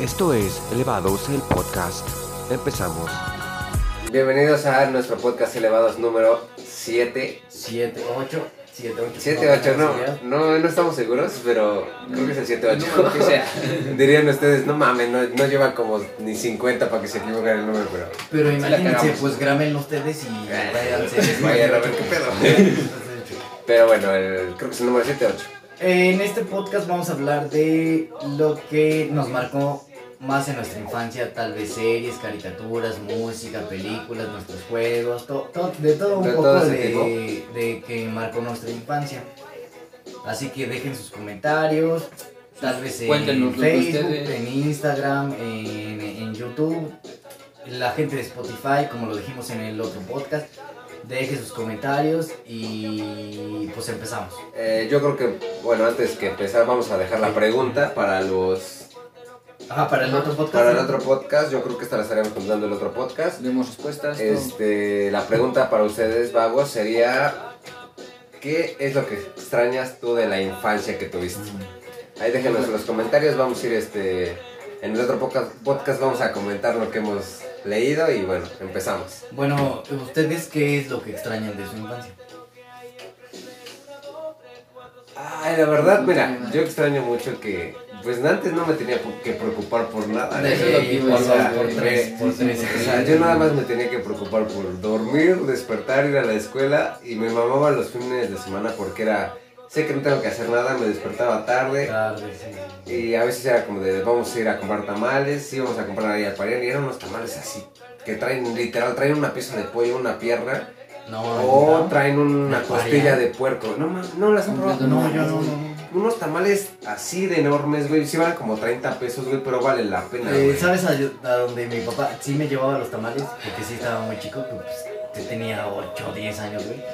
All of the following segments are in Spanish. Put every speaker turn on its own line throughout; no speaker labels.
Esto es Elevados el Podcast. Empezamos.
Bienvenidos a nuestro podcast Elevados número 7.
7, 8, 7, 8.
7, 8, no,
Ah,
no, no estamos seguros, pero creo que es el 7, 8. Dirían ustedes, no mames, no, no lleva como ni 50 para que se equivoquen el número, pero
Pero imagínense,
cagamos.
pues grábenlo ustedes y váyanse.
vayan pues a ver qué pedo. Pero bueno, el- creo que es el número 7, 8.
En este podcast vamos a hablar de lo que nos marcó más en nuestra infancia, tal vez series, caricaturas, música, películas, nuestros juegos, to- to- de todo un
De
poco
todo ese
de, de que marcó nuestra infancia. Así que dejen sus comentarios, tal vez en
Cuéntenos lo que
Facebook,
ustedes-
en Instagram, en, en YouTube, la gente de Spotify, como lo dijimos en el otro podcast. Dejen sus comentarios y pues empezamos.
Eh, yo creo que, bueno, antes que empezar, vamos a dejar la pregunta para los.
Ajá, para el otro podcast.
Para el otro podcast, yo creo que esta la estaremos contando el otro podcast.
Demos respuestas.
Este, la pregunta para ustedes, vagos, sería: ¿Qué es lo que extrañas tú de la infancia que tuviste? Ahí déjenos en los comentarios. Vamos a ir este. En el otro poca- podcast vamos a comentar lo que hemos leído y bueno, empezamos.
Bueno, ¿ustedes qué es lo que extrañan de su infancia?
Ay, la verdad, mira, yo extraño mucho que. Pues antes no me tenía que preocupar por nada. eh,
Eso es lo que iba a
por
decir,
dos, por
güey.
tres, por tres.
O sea, yo nada más me tenía que preocupar por dormir, despertar, ir a la escuela y me mamaba los fines de semana porque era, sé que no tengo que hacer nada, me despertaba tarde
Tarde, sí, sí.
y a veces era como de vamos a ir a comprar tamales, íbamos a comprar ahí al parián y eran unos tamales así, que traen literal, traen una pieza de pollo, una pierna
No,
o
no.
traen una
Al
costilla
Parián.
de puerco. No, ma- no las han probado.
No, yo no, no.
Unos tamales así de enormes, güey, sí valen como 30 pesos, güey, pero vale la pena,
Eh,
güey.
¿Sabes a, a donde mi papá sí me llevaba los tamales? Porque sí estaba muy chico, que pues, te tenía 8 o 10 años, güey.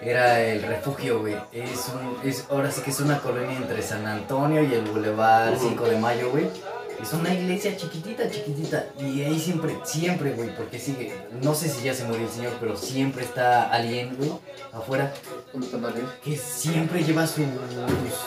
Era el refugio, güey. Es un, es, ahora sí que es una colonia entre San Antonio y el Boulevard
Ujú.
5 de Mayo, güey. Es una iglesia chiquitita, chiquitita. Y ahí siempre, siempre, güey, porque sigue. No sé si ya se murió el señor, pero siempre está alguien, güey, afuera
Con los tamales.
que siempre lleva su-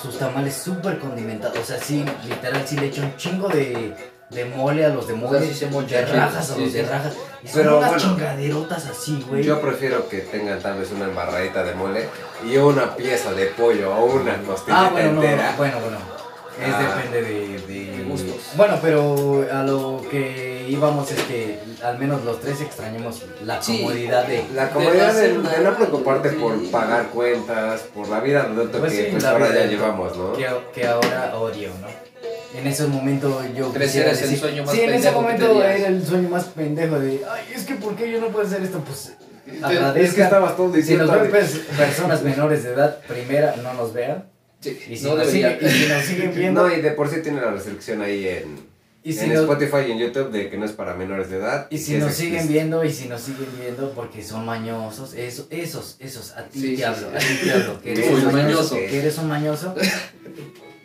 sus tamales súper condimentados. O sea, sí, literal, sí le echa un chingo de, de mole a los de
O sea,
mole.
sí se
de
mocha.
rajas a
Sí,
los de
sí.
rajas. Y son
Pero
unas
bueno.
chingaderotas así, güey.
Yo prefiero que tengan tal vez una embarradita de mole y una pieza de pollo o una costillita
Ah, bueno, no,
entera.
bueno, bueno. Es
Ah.
depende de, de-
De gustos.
Bueno, pero a lo que íbamos es que al menos los tres extrañamos la
Sí.
comodidad de.
La comodidad
no
de,
hacer
de no
nada,
preocuparte
sí.
por pagar cuentas, por la vida de adulto
Pues
que
sí,
pues,
la
ahora
vida
ya
de-
llevamos, ¿no?
que, que ahora odio, ¿no? En esos momentos yo
Crecer
quisiera
es el
decir-
sueño más
Sí, en ese
pendejo que
momento
tenías.
era el sueño más pendejo de, ay, es que ¿por qué yo no puedo hacer esto? Pues agradezcan.
Es que estabas todo
Si nos
diciendo.
ven pers- personas menores de edad, primera, no nos vean.
Sí,
Y si,
no
nos,
debería.
siguen- y si nos siguen viendo,
No, y de por sí tiene la restricción ahí en,
y si
en
nos,
Spotify y en YouTube de que no es para menores de edad.
y si
que es
nos siguen
explícito.
viendo, y si nos siguen viendo, porque son mañosos, eso, esos, esos, a ti
Sí, sí,
te hablo,
sí.
a ti te hablo, que
Tú,
eres
el
un mañoso,
mañoso.
que eres un mañoso,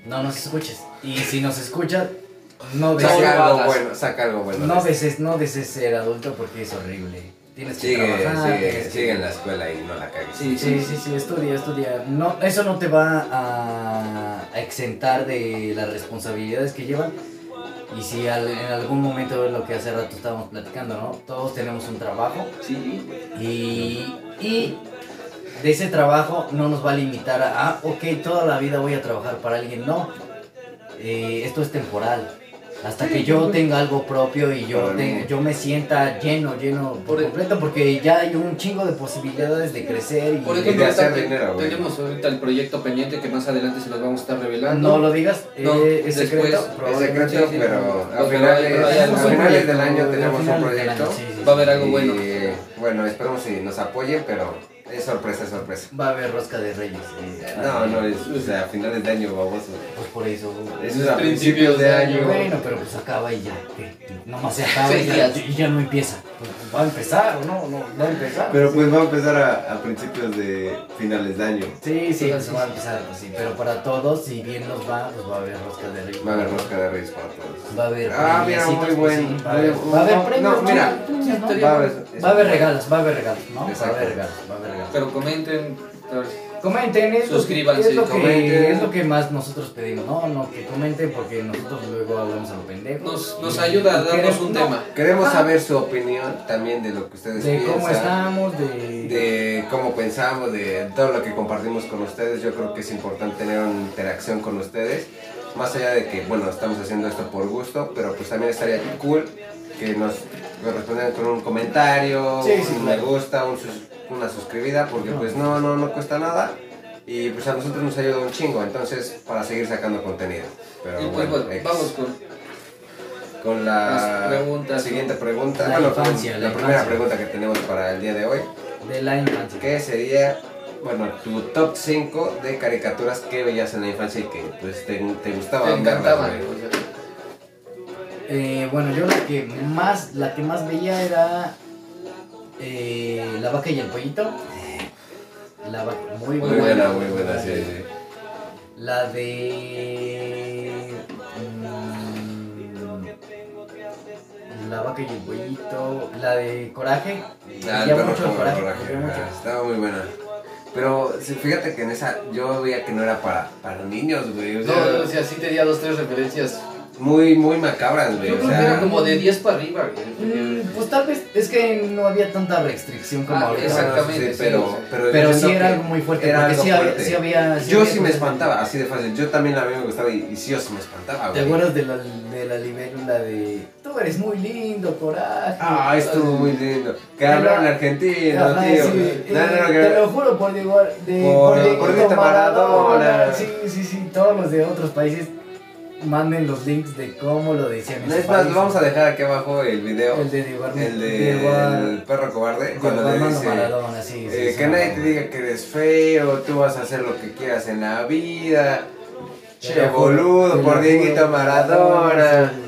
no nos escuches. Y si nos escuchas, no ves.
No lo
Saca algo
hagas.
bueno, saca algo bueno.
No
de esto.
desees, no desees ser adulto porque es horrible. Tienes que
Sigue,
trabajar.
sigue,
tienes que-
sigue en la escuela y no la cagues.
Sí,
Sí, sí, sí, estudia, estudia. No, eso no te va a, a exentar de las responsabilidades que llevan. Y si al- en algún momento es lo que hace rato estábamos platicando, ¿no? Todos tenemos un trabajo
Sí.
y, y de ese trabajo no nos va a limitar a, ah, ok, toda la vida voy a trabajar para alguien. No, Eh, esto es temporal. Hasta que yo tenga algo propio y yo,
Para
tenga-
mí.
yo me sienta lleno, lleno por
Por e- el-
completo, porque ya hay un chingo de posibilidades de crecer y
Por
Y
ejemplo,
de hacer
ahorita te-
dinero, güey.
tenemos ahorita el proyecto pendiente que más adelante se los vamos a estar revelando.
no lo digas, eh,
No,
es secreto.
después-
Es
probablemente.
secreto,
Sí, sí,
pero
no,
a
no, pero hay
finales,
algo.
a finales del
A
año tenemos un
finales del
proyecto.
año, sí, sí, sí.
Va a haber algo
Y,
bueno.
Bueno, esperemos si nos apoyen, pero es sorpresa, es sorpresa.
Va a haber rosca de reyes. eh,
No, no, es o sea, a finales de año, vamos.
Pues por eso.
Eso es a principios de año.
Bueno, pero pues acaba y ya. que Nomás se acaba y
Seis
ya,
días.
y ya no empieza. Pues, va a empezar o no, no, va a empezar.
Pero pues va a empezar a, a principios de finales de año.
Sí, sí,
Entonces,
pues va a empezar, pues sí. Pero para todos, si bien nos va, pues va a haber rosca de reyes.
Va a haber rosca de reyes para todos.
Va a haber
Ah, mira,
premiecitos,
muy
pues,
bueno.
sí, Va a haber,
Muy-
va a haber
no, no,
premios.
mira,
premios, ¿no?
sí,
Va a haber,
Va a haber regalos, va a haber regalos, ¿no? Va a
Exacto.
haber regalos, va a haber regalos.
Pero comenten. a ver,
Comenten, es, lo que-
Suscríbanse,
es lo,
comenten.
que, es lo que más nosotros pedimos. No, no, que comenten porque nosotros luego hablamos a lo pendejo.
Nos, nos ayuda a darnos un
No,
tema.
Queremos saber su opinión también de lo que ustedes
Ah. De
piensan.
cómo estamos, de...
de cómo pensamos, de todo lo que compartimos con ustedes. Yo creo que es importante tener una interacción con ustedes. Más allá de que, bueno, estamos haciendo esto por gusto, pero pues también estaría cool que nos respondan con un comentario,
Sí, sí,
un me
claro.
gusta, un sus- una suscribida, porque pues no, no, no cuesta nada. Y pues a nosotros nos ayuda un chingo, entonces, para seguir sacando contenido. Pero
Y pues
bueno,
bueno,
ex.
vamos con.
con la
Las preguntas,
siguiente
¿no?
pregunta.
La
Bueno,
infancia,
la,
la
primera
infancia.
pregunta que tenemos para el día de hoy.
de la infancia.
¿Qué sería, bueno, tu top 5 de caricaturas que veías en la infancia y que pues, te, te gustaban?
Te encantaba.
verlas, güey?
o sea,
Eh, bueno, yo la que más, la que más veía era eh, La vaca y el pollito. La vaca, muy,
Muy buena, muy buena, sí, sí.
La de. mm, La vaca y el pollito. La de Coraje.
Ah, el
Veía
perro
mucho
como el
coraje.
coraje,
veía mucho.
ah, estaba muy buena. Pero sí, fíjate que en esa yo veía que no era para, para niños, güey. O sea,
No, o sea, sí tenía dos, tres referencias.
muy, muy macabras, güey.
Yo
o
creo que
sea,
era como de 10 para arriba. güey.
Mm, Pues tal vez es que no había tanta restricción como
Ah,
ahorita.
bueno,
exacto. exactamente,
sí,
sí,
pero,
o sea.
pero, yo
Pero sí
siento
era
que
algo muy fuerte.
era
porque
algo
sí, había-
fuerte.
sí había. sí
Yo
había
sí me
cosas-
espantaba, así de fácil. Yo también a mí me gustaba y, y sí, yo sí me espantaba,
¿Te
güey.
acuerdas de la, de la libélula de Tú eres muy lindo, coraje?
Ah, estuvo muy lindo. Que hablaron argentino,
Ajá,
tío.
sí,
No, no, no,
eh,
que-
Te lo juro por Diego, de,
Por-
por Dieguito
por Dieguito Maradona.
Sí, sí, sí, todos los de otros países manden los links de cómo lo decían. en
No,
su
es más,
país.
lo vamos a dejar aquí abajo el video.
El de Diego Armando-
El
Diego Ar-
del perro cobarde.
Diego
Cuando le
Armando
dice.
Maradona, sí, sí,
eh,
sí,
que nadie te
Maradona.
diga que eres feo, tú vas a hacer lo que quieras en la vida.
Te
Che,
lo juro, te
boludo,
lo
por
juro,
Dieguito Maradona.
sí.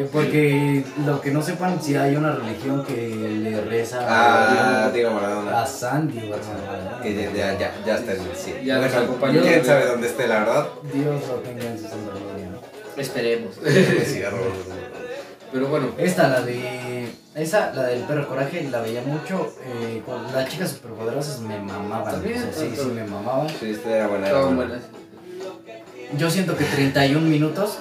Eh, Porque lo que no sepan, si hay una religión que le reza
Ah,
a,
Diego
a
Maradona.
San Diego Maradona.
Que ya, ya, ya, ya está en el sí.
Ya nos
Bueno,
acompañó.
¿Quién sabe dónde esté, la verdad?
Dios lo tenga en su santo remedio, ¿no?
Esperemos. Pero bueno,
Esta, la de. Esa, la del perro coraje, la veía mucho. Eh, con las chicas superpoderosas me mamaban.
También,
o sea, sí,
tanto.
sí, me mamaban.
Sí, esta era buena. era
estaban
buena.
buenas.
Yo siento que 31 minutos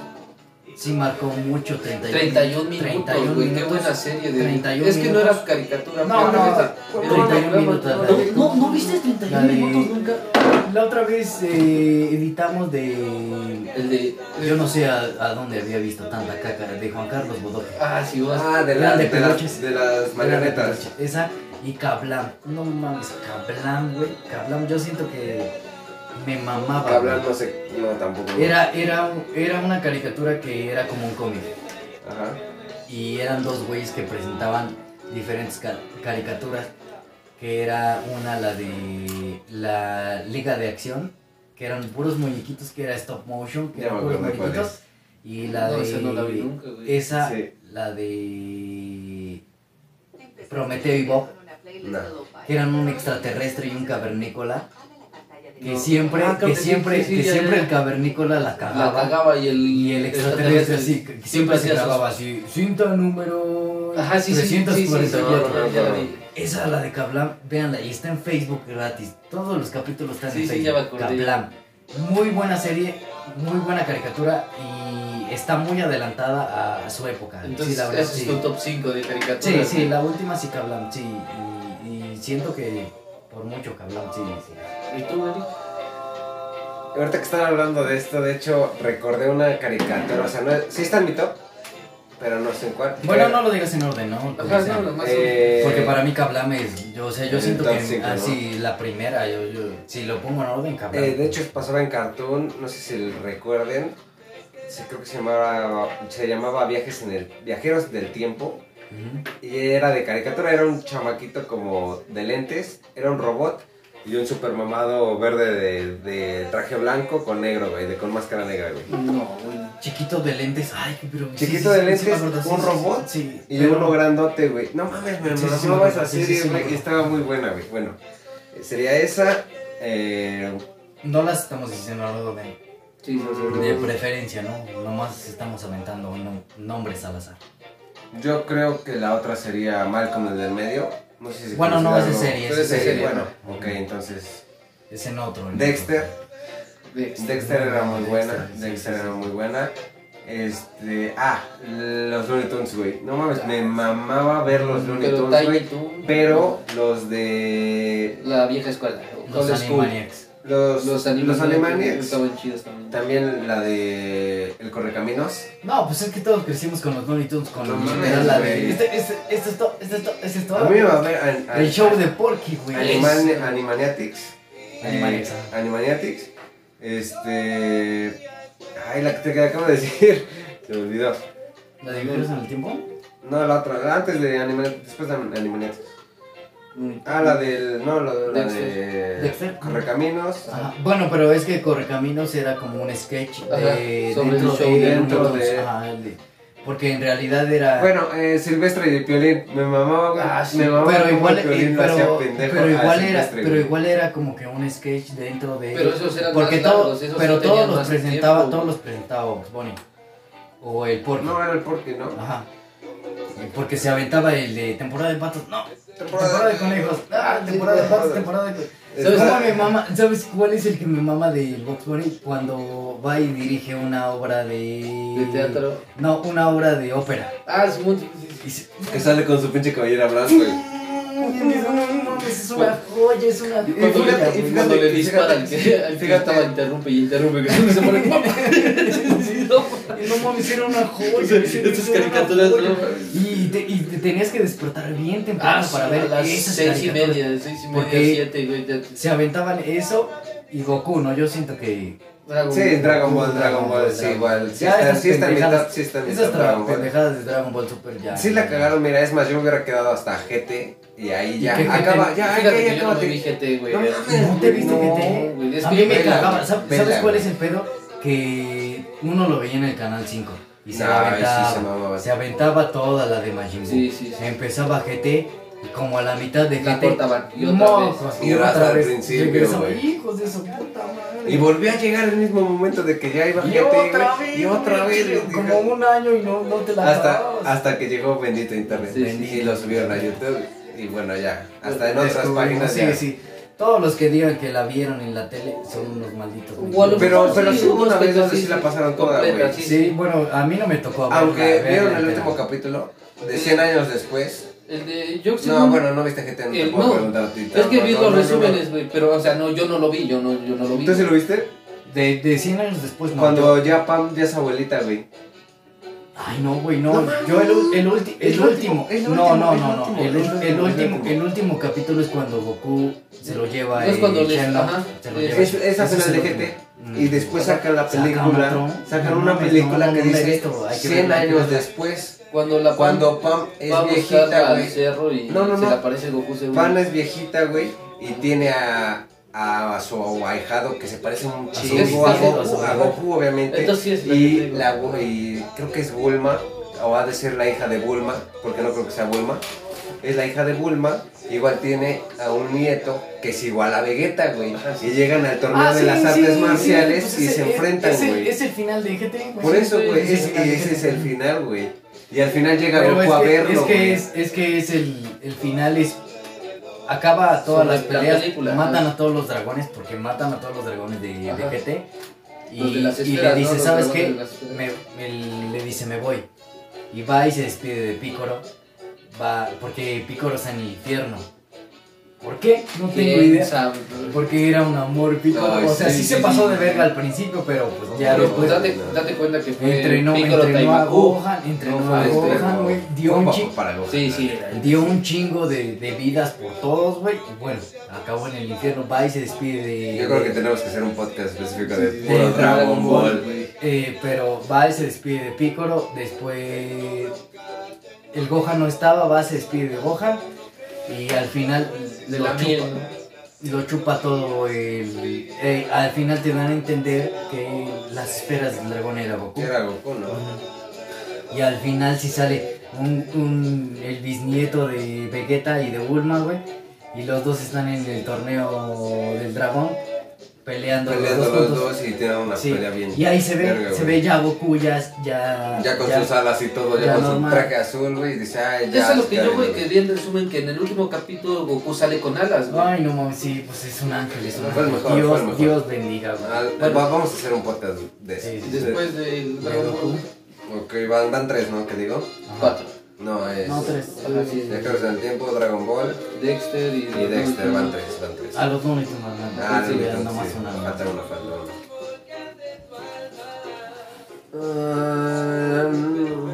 sí marcó mucho. 31,
31 minutos, güey, qué
minutos.
buena serie de...
31
es que no
minutos.
era caricatura.
No,
pero
no,
era- era
31
un programa,
minutos,
¿no?
la de-
¿No, ¿No viste 31
La de-
minutos nunca?
La otra vez eh, editamos de.
El de...
Yo no sé a, a dónde había visto tanta caca de Juan Carlos Bodoque.
Ah, sí, vas.
Ah, de, la,
Eran de
de, las,
peluches.
de las marionetas.
pues, Esa y Cablam. No mames, Cablam, güey. Cablam, yo siento que me mamaba.
Para
güey.
hablar no sé, Ah, no tampoco.
Era, era, un- era una caricatura que era como un cómic.
Ajá.
Y eran dos güeyes que presentaban diferentes ca- caricaturas. Que era una, la de la Liga de Acción. Que eran puros muñequitos, que era stop motion. Que
Ya
eran
me
puros
acuerdo cuál
muñequitos. Y la
No,
de.
esa no la vi nunca, güey.
esa,
Sí.
la de.
Prometeo y Bob.
No.
Que eran un extraterrestre y un cavernícola.
Que
Que sí.
siempre,
Ah, creo
que
que sí,
siempre,
sí, sí,
que
ya, ya,
siempre
ya.
el cavernícola la cagaba.
La cagaba y el...
Y el extraterrestre así, que siempre se
hacía sus-
grababa así, cinta número
Ajá, sí, sí, sí, sí, sí,
348.
no, no, ya la vi.
Esa, la de Kablam, véanla, y está en Facebook gratis. Todos los capítulos están
Sí,
en
sí,
Facebook.
ya me acordé.
Kablam. Muy buena serie, muy buena caricatura y está muy adelantada a su época.
Entonces,
sí, la verdad,
ese
sí.
es tu top 5 de caricaturas.
Sí, sí,
güey.
la última sí Kablam, sí. Y, y siento que por mucho Kablam, sí. sí.
¿Y tú, Eric?
Ahorita que están hablando de esto, de hecho, recordé una caricatura. O sea, no, es- sí está en mi top, pero no sé en cuál.
Bueno,
Eh,
no lo digas en orden, ¿no?
Ajá,
O sea,
no, nomás...
eh,
Porque para mí Kablam es, yo, o sea, yo
El
siento
top
que
cinco, ¿no?
así la primera, yo, yo, si lo pongo en orden, Kablam.
eh, de hecho, pasaba en Cartoon, no sé si recuerden. Sí, creo que se llamaba, se llamaba Viajes en el, Viajeros del Tiempo.
Ujú.
Y era de caricatura, era un chamaquito como de lentes, era un robot y un super mamado verde de, de traje blanco con negro, güey, de, con máscara negra, güey.
No, güey.
Chiquito de lentes, ay, pero... sí,
Chiquito
sí, sí,
de
sí,
lentes,
sí me acuerdo, sí,
un
sí,
robot
sí,
Y
pero-
uno grandote, güey. No mames, me
Sí, sí, sí,
mamaba
me
esa
acuerdo, sí, sí,
serie,
sí, me
güey. y
acuerdo.
estaba muy buena, güey. Bueno, eh, sería esa. Eh,
No las estamos diciendo en orden,
Sí, sí, sí.
de preferencia, ¿no? Nomás estamos aventando uno- nombres al azar.
yo creo que la otra sería Malcolm el del medio. No sé si
Bueno, no,
considera
es de
algo-
serie,
Pero
es de
serie,
serie.
Bueno, ok, entonces.
Es en otro. en
Dexter.
De-
Dexter era muy buena.
Dexter, sí,
Dexter
sí,
era
sí.
muy buena. Este. Ah, los Looney Tunes, güey. No mames, me mamaba ver los Looney
Pero
Tunes,
Tiny
güey.
Toon,
Pero los de.
La vieja escuela.
otro.
old
Los
school.
Animaniacs.
Los,
Los
los,
Animaniacs.
Animaniacs.
Estaban chidos también.
También la de El Correcaminos.
No, pues es que todos crecimos con los Looney Tunes, con
No
los
mames,
literal, la de.
güey.
Este, este, este es todo, este es todo, este es todo.
A mí me va a ver. an- an-
El show de Porky, güey.
Animani- Animaniatics.
Animaniacs,
Eh,
ajá.
Animaniatics. Este. Ay, la que te acabo de decir. Se me olvidó.
¿La de Viajeros en el Tiempo?
No, la otra, la antes de Animaniacs, después de Animaniacs.
Mm.
Ah, la del. este. No, la, la de.
Dexter.
Correcaminos.
Ajá. Ah, Bueno, pero es que Correcaminos era como un sketch
Ajá,
de,
sobre
dentro
el show,
de,
dentro
Looney Tunes.
de-
Ajá, el de- Porque en realidad era.
Bueno, eh, Silvestre y Piolín. Me mamaba, güey.
Ah, sí,
me mamaba
pero
cómo
igual,
Piolín
eh,
lo
pero,
hacía pendejo
pero
a
igual era,
Silvestre,
pero
güey.
igual era como que un sketch dentro de
Pero esos eran
porque
más
todo,
largos, esos
pero todos
sí tenían
los
más
presentaba,
tiempo.
todos los presentaba Bugs Bunny o el Porky.
No, era el porque, ¿no?
Ajá. Y Porque se aventaba el de temporada de patos, no,
Temporada-
temporada de conejos, ah, temporada de patos, temporada de conejos. ¿Sabes
Está-
cuál me mama? ¿Sabes cuál es el que me mama del Bugs Bunny? Cuando va y dirige una obra de...
De teatro.
No, una obra de ópera.
Ah, es muy.
Y se-
Que sale con su pinche cabellera blanca, güey.
Es una joya, es una
Y fíjate,
joya,
y
güey.
fíjate.
Cuando le dispara al que, al que
Fíjate.
estaba interrumpe y interrumpe, que se pone guapo.
No mames, era una joya.
O sea,
en serio,
estas
era una
caricaturas,
joya.
¿no?
Y te, y te tenías que despertar bien temprano
Ah,
para ver
a las
esas
seis y
caricaturas.
media, seis y media,
Porque-
siete, güey. ya-
Se aventaban eso y Goku, ¿no? Yo siento que.
Dragon
Sí,
Ball.
Dragon Ball, Dragon Ball, sí, igual. Sí, está,
esas
sí está en
pendejadas-
mitad, sí está en
Esas
mitad
tra-
Dragon Ball.
pendejadas de Dragon Ball Super ya.
Sí la cagaron, mira, es más, yo me hubiera quedado hasta GT y ahí ya.
qué GT?
Acaba, ya, ya, ya,
Fíjate que yo no me
acábate.
vi GT, güey.
No mames,
¿No te viste
No,
que
güey, es
te.? A
que
mí me
vela,
cagaba. ¿Sab-
vela,
¿Sabes cuál
güey.
es el pedo? Que uno lo veía en el canal 5 y se
Ay,
aventaba.
sí, se mamaba.
se aventaba toda la de Majin Buu.
Sí, sí, sí.
Empezaba GT y como a la mitad de
La
GT.
cortaban, y otra
mocos,
vez. Y era hasta el principio,
regresaba,
güey.
Hijos de su puta madre.
Y volví a llegar el mismo momento de que ya iba
Y
GT,
otra
güey,
vez,
Y otra
güey,
vez. güey,
Como
dije,
un año y no, no te la
Hasta,
acababas.
hasta que llegó bendito internet.
Sí, sí,
y lo subieron a YouTube. Y bueno, ya. Hasta en otras
Descubrimos,
páginas
Sí,
ya.
sí. Todos los que digan que la vieron en la tele son unos malditos.
O a lo
mentirosos.
Pero,
mejor
pero
sí,
sí hubo una
unos
vez, no sé
pedacitos
si la pasaron toda,
completas,
güey.
sí,
Sí, bueno, a mí no me tocó. verla,
Aunque
verla
vieron el
entera.
último capítulo de 100 años después.
El de yo
No, bueno, no viste GT, no te
El-
puedo
no.
preguntar a ti.
Es que
No, no,
vi los
no, no, no.
resúmenes, güey, pero o sea, no, yo no lo vi, yo no, yo no lo vi.
¿Tú sí lo viste?
De, de 100 años después, no.
Cuando ya Pam ya es abuelita, güey.
Ay, no, güey, no. Yo el, ul- el, ulti- el
El
último.
último, el
No,
último,
no,
el
no, no.
último,
El, ul-
el
el
último,
último,
el último.
el último capítulo es cuando Goku se lo lleva.
No es
eh,
cuando les-
Shenlong,
ajá.
se lo
Es-
lleva.
Es, es
Ese
apenas
el
de
último.
GT.
Mm.
Y después sacan la
Sacan otro.
película. Sacan
No
una
mames,
película
no,
que
no la he
dice
visto, hay que
100
verla, hay que
años
verla.
después.
Cuando la
Cuando Pam
va a
es
buscarla
viejita,
al
güey.
cerro y
No, no,
se
no.
le aparece Goku según
Pam es viejita, güey. Y tiene a, a, a su ahijado que se parece un
su
chingo a
hijito,
a su
Goku, a
hijo.
Goku, obviamente.
Entonces sí es la que
y,
digo.
la, bu- y creo que es Bulma, o ha de ser la hija de Bulma, porque no creo que sea Bulma. Es la hija de Bulma, igual tiene a un nieto que es igual a Vegeta, güey. Y llegan al torneo
Ah,
de
sí,
las
sí,
artes
sí,
marciales
pues
y
ese-
se
es-
enfrentan,
es el-
güey.
Es, el final de GT, güey.
Por eso,
sí,
güey,
sí,
es-
sí, sí,
ese
sí,
es
sí.
el final, güey. Y al final llega
Pero es
Goku a
que,
verlo,
es,
güey.
que es, es que es el, el final es acaba todas
Sobre
las
la
peleas,
película,
matan
¿no?
a todos los dragones porque matan a todos los dragones de, de
Ajá.
GT
Los
y,
de las
y le
esferas,
dice,
¿no? Los
¿sabes
dragones
qué?
de las esferas".
Me, me- le dice, me voy. Y va y se despide de Picoro, va, porque Picoro está en el infierno. ¿Por qué? No tengo idea. Porque era un amor Picoro.
Ay,
o sea, sí,
sí,
se
sí,
pasó
sí.
de verga al principio, pero pues ya
Pero
después.
pues date, date cuenta que fue
Entrenó,
Eh, Piccolo
entrenó a
Taimaku.
Gohan, entrenó
No,
a
este,
Gohan,
no.
güey. Dio
Fue
un
bajo
chingo.
para Goku.
Sí, sí.
Dio un chingo de, de vidas por todos, güey. Y bueno, acabó en el infierno. Va y se despide de.
Yo creo que
de-
tenemos que hacer un podcast específico de
Sí,
puro
de
Dragon Ball,
güey.
eh, pero va y se despide de Piccolo. Después. El Gohan no estaba. Va se despide de Gohan. Y al final.
De
lo
la
chupa-
miel, ¿no?
Lo chupa todo el. eh, al final te dan a entender que las esferas del dragón era Goku.
Era Goku, ¿no?
Y al final sí sale un, un- el bisnieto de Vegeta y de Bulma, güey. Y los dos están en el torneo del dragón. peleando,
Peleando
los dos.
los
juntos.
dos y tienen una
Sí.
pelea bien.
Y ahí se ve,
verga,
se
güey.
ve ya Goku, ya. Ya,
Ya con
ya-
sus alas y todo, ya,
ya
con
normal.
su traje azul, güey, y dice, ay, ya.
Eso es lo que
ya
yo,
viene,
güey, que vi en resumen que en el último capítulo Goku sale con alas, güey.
Ay, no mames, sí, pues es un ángel, es un
Fue el
ángel.
mejor, fue el
Dios,
mejor.
Dios bendiga, güey.
Ah,
Bueno.
va- vamos a hacer un podcast de eso.
Sí, sí,
Después del Dragon Ball, güey.
Ok, van, van tres, ¿no? ¿Qué digo?
Ajá.
Cuatro.
No, es.
No, tres.
Ajá, sí.
Viajeros en el tiempo, Dragon Ball
Dexter y,
y Dexter, van tres, van tres.
A los lunes más
Ah,
nada.
no,
Sí,
no,
nada más
sí,
una. nada más.
falta una, falta una. Ah, mm.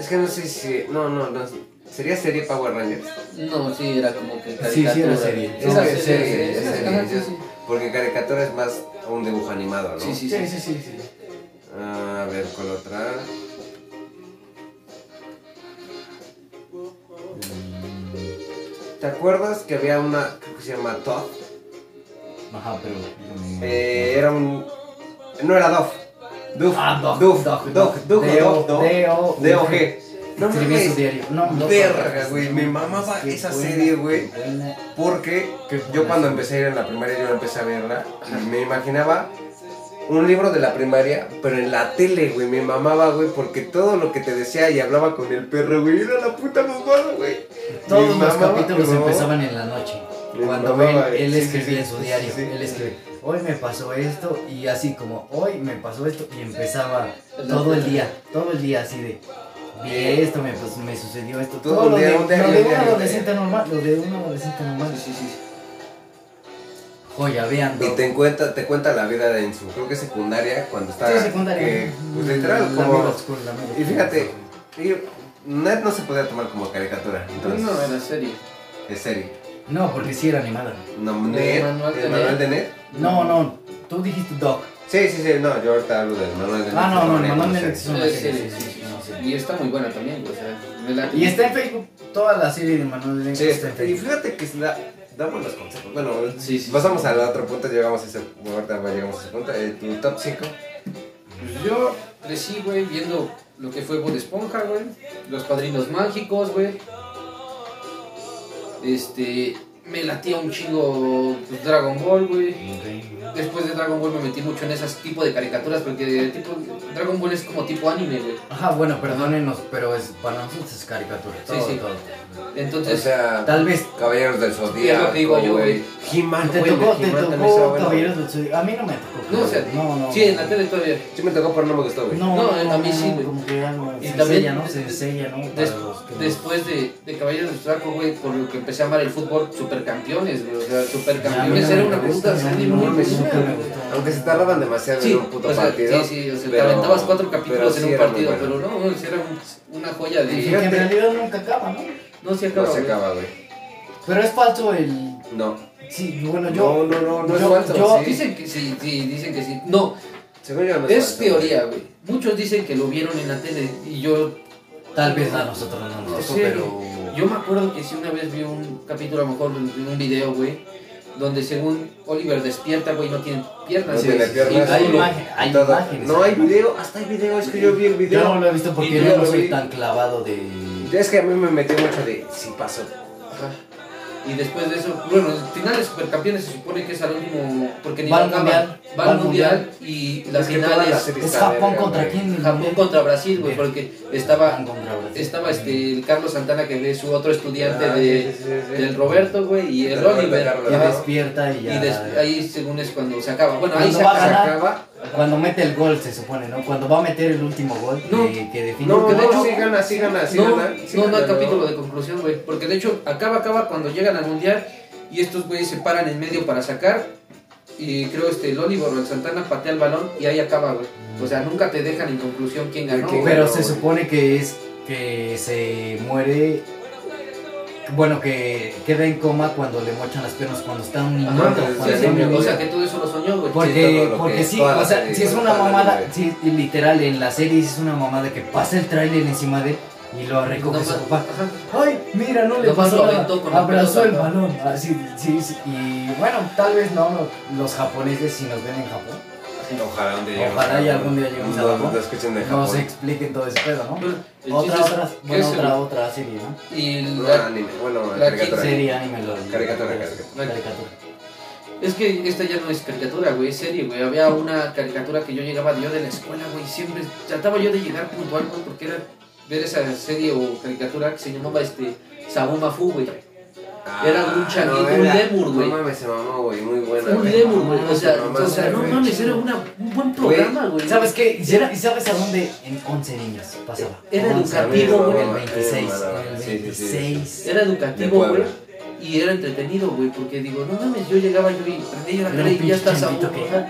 es que no sé si. No, no, no. ¿Sería serie Power Rangers?
No, sí, era como que
Sí, sí, era
caricatura.
serie.
Era
No,
Esa serie,
serie, serie,
es
serie,
serie,
ajá, sí,
es-
sí.
Porque caricatura es más un dibujo animado, ¿no?
Sí, sí,
Sí,
sí.
sí, sí. sí.
Ah, a ver, ¿cuál otra?
Mm,
¿Te acuerdas que había una creo que se llama Todd?
Ajá, pero. mm,
Eh, era un. No era Dove. Duf,
Ah, Dove,
Duf,
Dove,
Dove, Dove,
D-O,
Dove, Dove,
D-O,
D-O-G. No
escribí su
mames,
diario. No, no.
Verga, güey, me
no,
mamaba
qué
esa
buena,
serie, güey.
qué buena.
porque
Qué buena
yo cuando
serie.
empecé a ir en la primaria, yo no empecé a verla, y me imaginaba un libro de la primaria, pero en la tele, güey, me mamaba, güey, porque todo lo que te decía y hablaba con el perro, güey, era la puta mamada, güey.
Todos
Me
los
mamaba,
capítulos
me mamaba.
empezaban en la noche.
Me
Cuando él,
mamaba,
él
sí, sí,
escribía
sí,
en su
sí,
diario,
sí.
él escribe, hoy me pasó esto y así como, hoy me pasó esto y empezaba
La-
todo el día, todo el día así de, vi esto, me, pues, me sucedió esto,
Todo
todo,
el
lo,
día,
de,
un diario,
lo de un
diario,
adolescente normal, lo de un adolescente normal.
Sí, sí, sí.
Joya, vean.
Y te cuenta, te cuenta la vida de en su, creo que secundaria, cuando estaba...
Sí, secundaria. Mm,
que, pues literal,
La middle
como...
school, la middle
Y
school.
fíjate, y Ned no se podía tomar como caricatura, entonces,
No, era serie.
es serie.
No, porque sí era animada.
No,
¿De
Ned,
Manuel de
¿el manual
Ned?
de Ned?
No, no, tú dijiste Doc.
Sí, sí, sí, no, yo ahorita hablo del manual de Ned.
Ah, no, no, el manual de
serie.
Ned es una
Era
serie,
serie,
sí,
sí,
sí,
sí,
no,
sí.
sí.
Y está muy buena también, güey. O sea, me la-
Y este? está en Facebook, toda la serie de Manuel de
Sí,
está en
y
Facebook.
fíjate que da, da buenos consejos. Bueno,
Sí, sí.
pasamos al otro punto, llegamos a ese ahorita llegamos a ese punto. Eh, tu top 5.
Pues yo crecí, güey, viendo lo que fue Bob Esponja, güey. Los padrinos mágicos, güey. Este. Me latía un chingo pues, Dragon Ball, güey. Después de Dragon Ball me metí mucho en esas tipo de caricaturas porque tipo, Dragon Ball es como tipo anime, güey.
Ajá, bueno, perdónenos, pero es, para nosotros es caricatura.
Sí,
Todo,
sí.
todo.
O
Entonces,
sea,
Tal vez
Caballeros del
es lo que digo
Zodíaco,
yo,
güey. He-Man,
te
güey,
tocó,
He-Man
te
también estaba
tocó
bueno.
Caballeros del Zodíaco. A mí no me tocó.
no, o sea,
no, no.
sí, en la tele todavía.
Sí me tocó, pero no me gustó, güey.
No,
No, a mí
no,
sí,
no,
güey.
Como que algo.
Y
se
también-
enseña, ¿no? Se enseella, ¿no? Para
Des-
los que no-
después de, de Caballeros del Zodíaco, güey, por lo que empecé a amar el fútbol, supercampeones, güey. O sea,
Ya, a mí
supercampeones
no
era
me
una
gusta,
puta
no,
serie
no,
muy
no,
buena,
nunca me
güey.
gustó.
Aunque se tardaban demasiado
Sí,
en un puto
o sea,
partido.
sí, sí, o sea,
pero-
te aventabas cuatro capítulos
pero
en
sí
un
era muy
partido,
bueno.
pero no, o sea, era un- una joya
Y
de...
que en
fíjate-
realidad nunca acaba, ¿no?
No se acaba,
No se
güey.
acaba, güey.
Pero es falso el.
No.
Sí, bueno, yo.
no, no, no, no
yo-
es falso.
yo-
sí.
Dicen que sí, sí, dicen que sí. No,
Según yo no es,
es
falso,
teoría, güey. Muchos dicen que lo vieron en la tele y yo,
Tal vez a nosotros no nos
No
tocó,
sé.
pero.
yo me acuerdo que sí una vez vi un capítulo, a lo mejor en un video, güey, donde según Oliver despierta, güey, no tiene piernas.
No
sí,
tiene
sí,
piernas.
sí,
Hay
todo.
imagen, hay
Todo-
imágenes.
No hay video, hasta hay video, es que yo vi el video.
Yo no lo he visto
Y
porque
yo
yo
lo
no soy
vi.
tan clavado de.
Es que a mí me metió mucho de si pasó.
Ajá. Y después de eso, bueno, el final de Supercampeones se supone que es al último, porque ni
Va al
lo acaban.
Mundial,
va al mundial y la
Es que
final
todas las
es
series
Es
están
Japón
verga,
contra
güey.
quién.
Japón contra Brasil, güey,
Bien.
porque estaba
Japón contra Brasil.
Estaba este, el Carlos Santana, que es su otro estudiante
Ah,
de,
sí, sí, sí, sí.
del Roberto, güey, y el
Del Roberto
Oliver.
Carlos.
Ya
Ajá.
despierta y
Y
ya.
des- ahí, según es cuando se acaba. Bueno, ahí
Cuando
se
va a
acaba.
ganar.
acaba.
Cuando mete el gol, se supone, ¿no? Cuando va a meter el último gol eh,
No.
que, que define.
No,
Porque de
no,
hecho-
sí gana, sí gana, sí
no,
gana. sí
no, no
gana,
hay capítulo de conclusión, güey. Porque de hecho, acaba, acaba cuando llegan al mundial y estos güeyes se paran en medio para sacar. Y creo este, el Oliver o el Santana patea el balón y ahí acaba, güey. O sea, nunca te dejan en conclusión quién ganó.
¿Quién
güey.
Pero
no,
se
güey.
supone que es que se muere. Bueno, que queda en coma cuando le mochan las piernas, cuando está un niño.
Ajá,
no,
sí,
cuando
no,
está un
sí,
niño.
O sea, que todo eso lo soñó, güey.
Sí,
Porque,
todo lo que
porque
es,
sí,
toda
o
la
sea,
serie,
si es
toda
una
la
mamada,
serie.
sí, y literal, en la serie sí es una mamada que pasa el trailer encima de él y lo recoge
Nomás-
su papá.
ajá.
Ay, mira, no le
Nomás
pasó
lo
nada.
aventó con la
Abrazó el
pelota,
balón. Así, sí, sí. Y bueno, tal vez no no, los japoneses si nos ven en Japón.
Ojalá un día lleguemos
Ojalá
a
y
Japón.
algún día lleguemos a
No,
Japón.
No escuchen de
Nos
Japón.
expliquen todo ese pedo, ¿no?
Bueno, el
Otra,
chiste es-
otra,
Pues, ¿qué
bueno,
es el-
otra, otra serie, ¿no?
Y
No,
la-
anime, bueno,
la
caricatura.
Serie, anime, lo Pues,
Caricatura, caricatura.
Caricatura.
Es que esta ya no es caricatura, güey, es serie, güey. Había una caricatura que yo llegaba yo de la escuela, güey. Siempre trataba yo de llegar puntual, güey, porque era ver esa serie o caricatura que se llamaba este Sabuma Fu, güey. Era de un changuito, un
era-
lemur, güey.
Ah, No mames, se mamó, güey, muy buena.
Un
güey.
lemur, güey. O sea,
No
o sea, no
mames,
mames, era una- un buen programa, güey.
¿Sabes qué? ¿Y era- y sabes a dóné? En 11 niños pasaba.
Era
Once
educativo,
niños,
güey.
En el 26.
Sí,
En el
sí, sí.
26.
Era
De
educativo, güey.
Puebla.
Y era entretenido, güey, porque digo, no mames, yo llegaba yo y prendía
Era
la
un
tele y ya
pinche
está
changuito
Sabuma.
que-
ajá.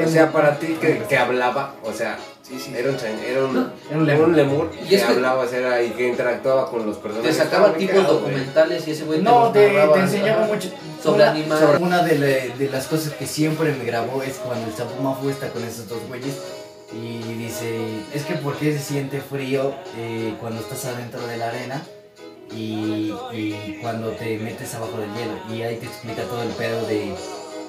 ¿eh? O sea, para ti que, que hablaba, o sea,
Sí, sí.
era un, chan- era un,
No,
era un
era
lemur.
lemur
Y
que
es que-
hablaba, o sea, era- y que interactuaba con los
Te
personajes.
sacaba
Estaba muy
tipos
cagado, güey.
documentales y ese güey
No,
los
te,
narraba,
te enseñaba
ajá.
mucho.
Sobre
Una-
animales.
sobre- Una de, la- de las cosas que siempre me grabó es cuando el sapo mafú está con esos dos güeyes y dice, es que ¿por qué se siente frío eh, cuando estás adentro de la arena y, y cuando te metes abajo del hielo? Y ahí te explica todo el pedo de,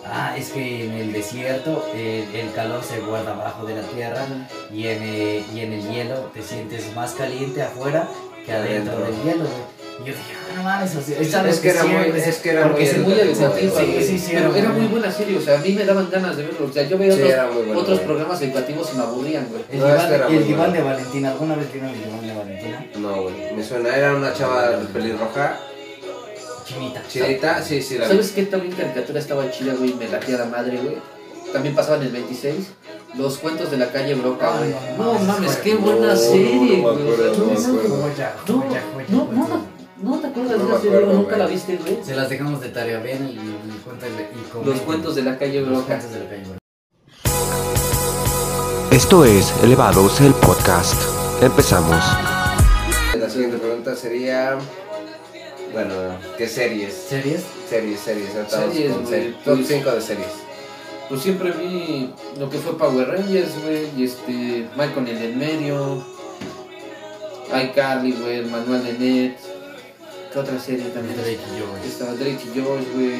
ah, es que en el desierto eh, el calor se guarda abajo de la tierra y en, eh, y en el hielo te sientes más caliente afuera que adentro
Adentro.
del hielo, güey. Y yo dije, ah, no mames, o sea, es algo
Es que era muy,
siempre se-
es que era
porque
muy
es
muy educativo,
güey.
Sí, sí, sí.
Pero era
era
muy
bueno.
buena serie, o sea, a mí me daban ganas de verlo. O sea, yo veía
Sí,
otros,
era muy bueno,
otros
güey.
programas educativos y me aburrían, güey.
El
No,
diván,
este era
y el
muy
diván
bueno.
de Valentina, ¿alguna vez vieron el diván de Valentina?
No, güey, me suena, era una chava pelirroja,
Chinita. Ah,
chidita, sí, sí, la vi.
¿Sabes qué? También caricatura estaba chida, güey, me latía la madre, güey. También pasaban el 26. Los cuentos de la calle Broca,
Ay,
güey.
no
No
mames,
mames,
güey.
qué
No,
buena
no,
serie,
no me
güey. O sea,
acuerdo, no me
no,
acuerdo.
Joya,
No,
joya, joya,
no,
joya.
no, no te acuerdas
No
de
me
la serie,
acuerdo,
nunca la
güey.
viste, güey.
Se las dejamos de tarea, ven y, y cuéntale. Y comenten.
Los cuentos de la calle
Los
Broca.
cuentos de la calle Broca.
Esto es Elevados el Podcast. Empezamos.
La siguiente pregunta sería, bueno, ¿qué series?
¿Series?
Series, series, ahorita vamos
Series,
con
güey,
series.
pues-
Top 5 de series.
Pues siempre vi lo que fue Power Rangers, güey, y este, Michael en el medio, iCarly, güey, el Manuel de Net, ¿qué otra serie también?
Drake y yo, güey.
Estaba Drake y Josh, güey,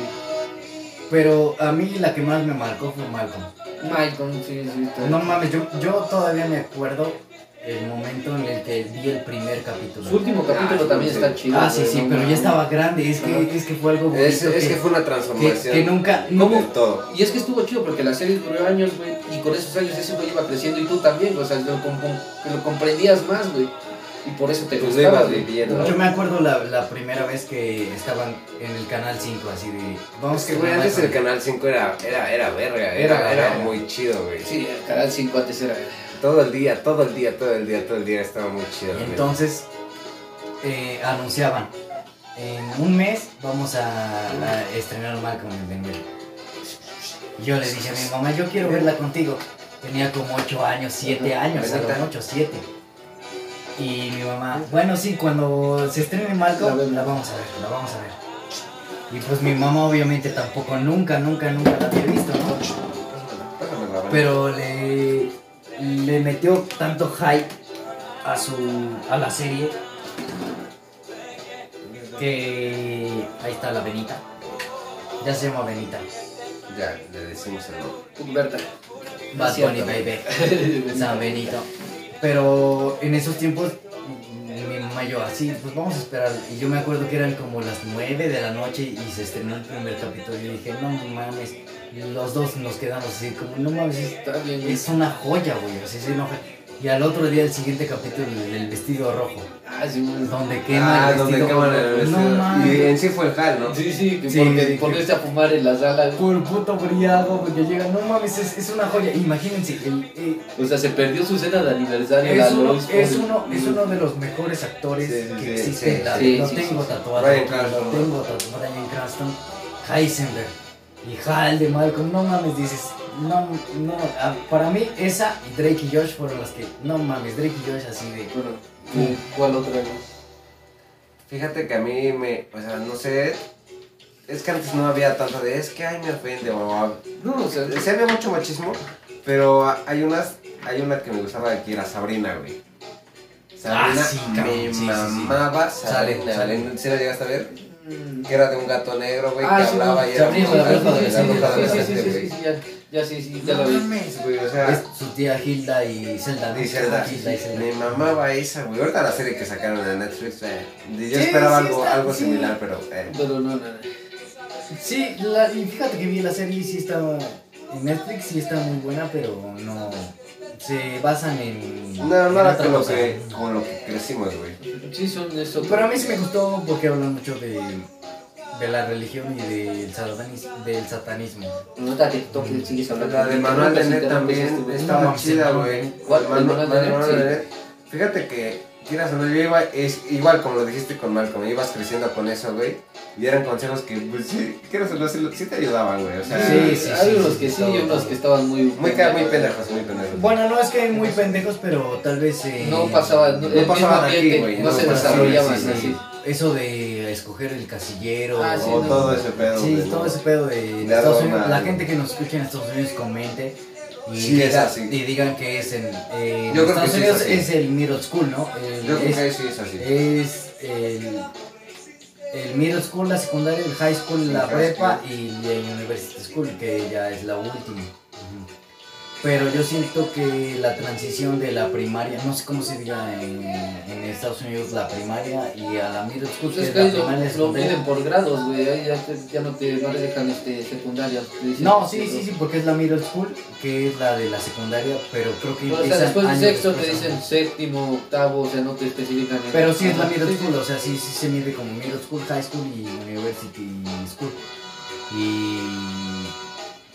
Pero a mí la que más me marcó fue Malcolm.
Michael, sí, sí, está.
No mames, yo, yo todavía me acuerdo el momento en el que vi el primer
Su
capítulo.
último capítulo
Ah,
también
sí.
está chido.
Ah, sí,
güey,
sí,
no
pero ya
mames.
estaba grande. Es que,
Ajá.
es que fue algo bonito.
Es, es que
que-
fue una
que,
transformación.
que nunca,
de
nunca,
todo.
Y es que estuvo chido porque la serie duró años, güey, y con esos años ese güey iba creciendo y tú también, o sea, lo, comp- lo comprendías más, güey, y por eso te
Pues lo
gustaba,
ibas
güey.
viviendo,
Yo me acuerdo la, la primera vez que estaban en el canal 5, así de. Vamos
Es que,
con
güey, antes
Michael.
el Canal 5 era, era, era verga,
Era
era, era
verga.
muy chido, güey.
Sí, el Canal 5 antes era...
Todo el día, todo el día, todo el día, todo el día estaba muy chido.
Y
güey.
entonces eh, anunciaban: en un mes vamos a, a estrenar Malcolm en el medio". Yo le dije a mi mamá: Yo quiero verla contigo. Tenía como 8 años, 7
Ajá,
años,
la neta.
8, 7. Y mi mamá: Bueno, sí, cuando se estrene Malcolm,
La vemos.
la vamos a ver, la vamos a ver. Y pues mi mamá, obviamente, tampoco, nunca, nunca, nunca la había visto, ¿no?
Pásame la mano.
pero le, le metió tanto hype a su a la serie que ahí está la Benita ya se llama Benita
Ya, le decimos el nombre.
Humberta.
Bad
Cierto.
Bunny Baby San Benito pero en esos tiempos mm, mi mamá y yo así pues vamos a esperar y yo me acuerdo que eran como las 9 de la noche y se estrenó el primer capítulo y dije no mames Y los dos nos quedamos así como no mames es-
Está bien, güey.
Es una joya, güey. Así se enoja. Y al otro día, el siguiente capítulo, el del vestido rojo.
Ah, sí, güey.
Donde quema
ah,
el
donde
vestido
queman
rojo.
el vestido.
No mames.
y en sí fue el Hal, ¿no?
Sí, sí, que
Sí,
porque
sí,
ponerse a fumar en la sala.
Por puto briago, porque llega. No mames, es, es una joya. Imagínense, el- eh,
O sea, se perdió su cena de aniversario. la
es, uno,
Lois,
es,
güey.
uno, es uno de los mejores actores
Sí, sí, sí,
que existen.
sí,
la-
sí,
lo
sí,
tengo
sí, sí.
tatuado.
Bryan Cranston.
Lo tengo tatuado. Bryan Cranston. Heisenberg. Y Hal de Malcolm. No mames, dices. No, no. ah, Para mí, esa y Drake y Josh fueron las que. No mames, Drake y Josh así de.
Bueno, ¿cu- ¿Cuál otra? güey?
Fíjate que a mí me, o sea, no sé, es que antes no había tanto de, es que ay me ofende, o
No, o sea,
sí había mucho machismo, pero a- hay unas, hay una que me gustaba que era Sabrina, güey. Sabrina,
Ah, sí, cabrón,
me
sí, sí, sí.
mamaba Sabrina,
Sale, sale.
¿sí la llegaste a ver?
mm,
Que era de un gato negro, güey,
Ah,
que
sí,
hablaba y era
Sabrina,
muy
la
alto,
bruja de-
la bruja de
sí,
la
sí, sí,
gente,
sí, sí,
güey.
sí, ya, ya, sí, sí, ya
No
la vi.
mames, güey, o
Es
sea,
su tía Hilda y Zelda.
y Zelda,
Hilda y Zelda.
me mamaba esa, güey, ahorita la serie que sacaron de Netflix, eh, yo
Sí,
esperaba
sí
algo,
está,
algo
sí.
similar, pero... eh,
Pero no, no, no.
Sí, la- y fíjate que vi la serie y sí está en Netflix, sí está muy buena, pero no se basan en.
No,
en
nada
otra
con lo,
cosa.
que, con lo que crecimos, güey.
Sí, son eso.
Pero a mí sí me gustó porque hablan mucho de, de la religión y del satanismo. Del satanismo.
Nota que tú que sigues hablando.
La de Manuel de
Interrumpes,
Net
interrumpes,
también
estuvo-
estaba
No, mames,
chida,
no,
güey.
¿Cuál?
Manu-
¿Manuel de Net?
Manuel
Sí.
de Net. Fíjate que, quieras o no, yo iba, es igual como lo dijiste con Malcolm, ibas creciendo con eso, güey. Y eran consejos que, pues, sí, quieras o no, sí, lo- sí te ayudaban, güey. O sea,
Sí, sí,
Hay
sí,
unos
sí,
que sí
todo,
y unos
todo.
que estaban muy.
muy, ca- muy pendejos, muy pendejos.
Bueno, no es que muy pendejos, pero tal vez. eh,
No pasaba. No, el mismo
pasaban aquí,
ambiente,
güey,
No,
no
se
pasaba,
desarrollaban
sí, sí,
así.
Eso de escoger el casillero.
Ah, sí,
o
no.
todo ese pedo,
Sí,
güey,
todo
¿no?
ese pedo de,
De
Estados
Roma,
Unidos. La
¿no?
gente que nos escucha en Estados Unidos comente y,
Sí, es
diga-
así.
y digan que es en, eh, en
Yo creo que
Estados
sí es
Unidos
así.
es, el middle school, ¿no? El-
Yo creo
es,
que sí es así.
es el, el middle school, la secundaria, el high school, la
high
prepa y el university school, que ya es la última. Pero yo siento que la transición de la primaria, no sé cómo se diga en, en Estados Unidos, la primaria y a la middle school,
Pues es
que es
que
la
ahí lo,
primaria,
lo
secundaria.
miden por grados, güey. ahí Ya, te- ya no te, no te dejan este, secundaria. te dicen-
No, sí, sí, sí, porque es la middle school, que es la de la secundaria, pero creo que
O sea,
empieza
después de
años
sexto te
después,
dicen
ajá.
séptimo, octavo, o sea, no te especifican. en-
Pero sí es la
Ajá,
middle
sí, sí.
school, o sea, sí, sí se mide como middle school, high school y university school. Y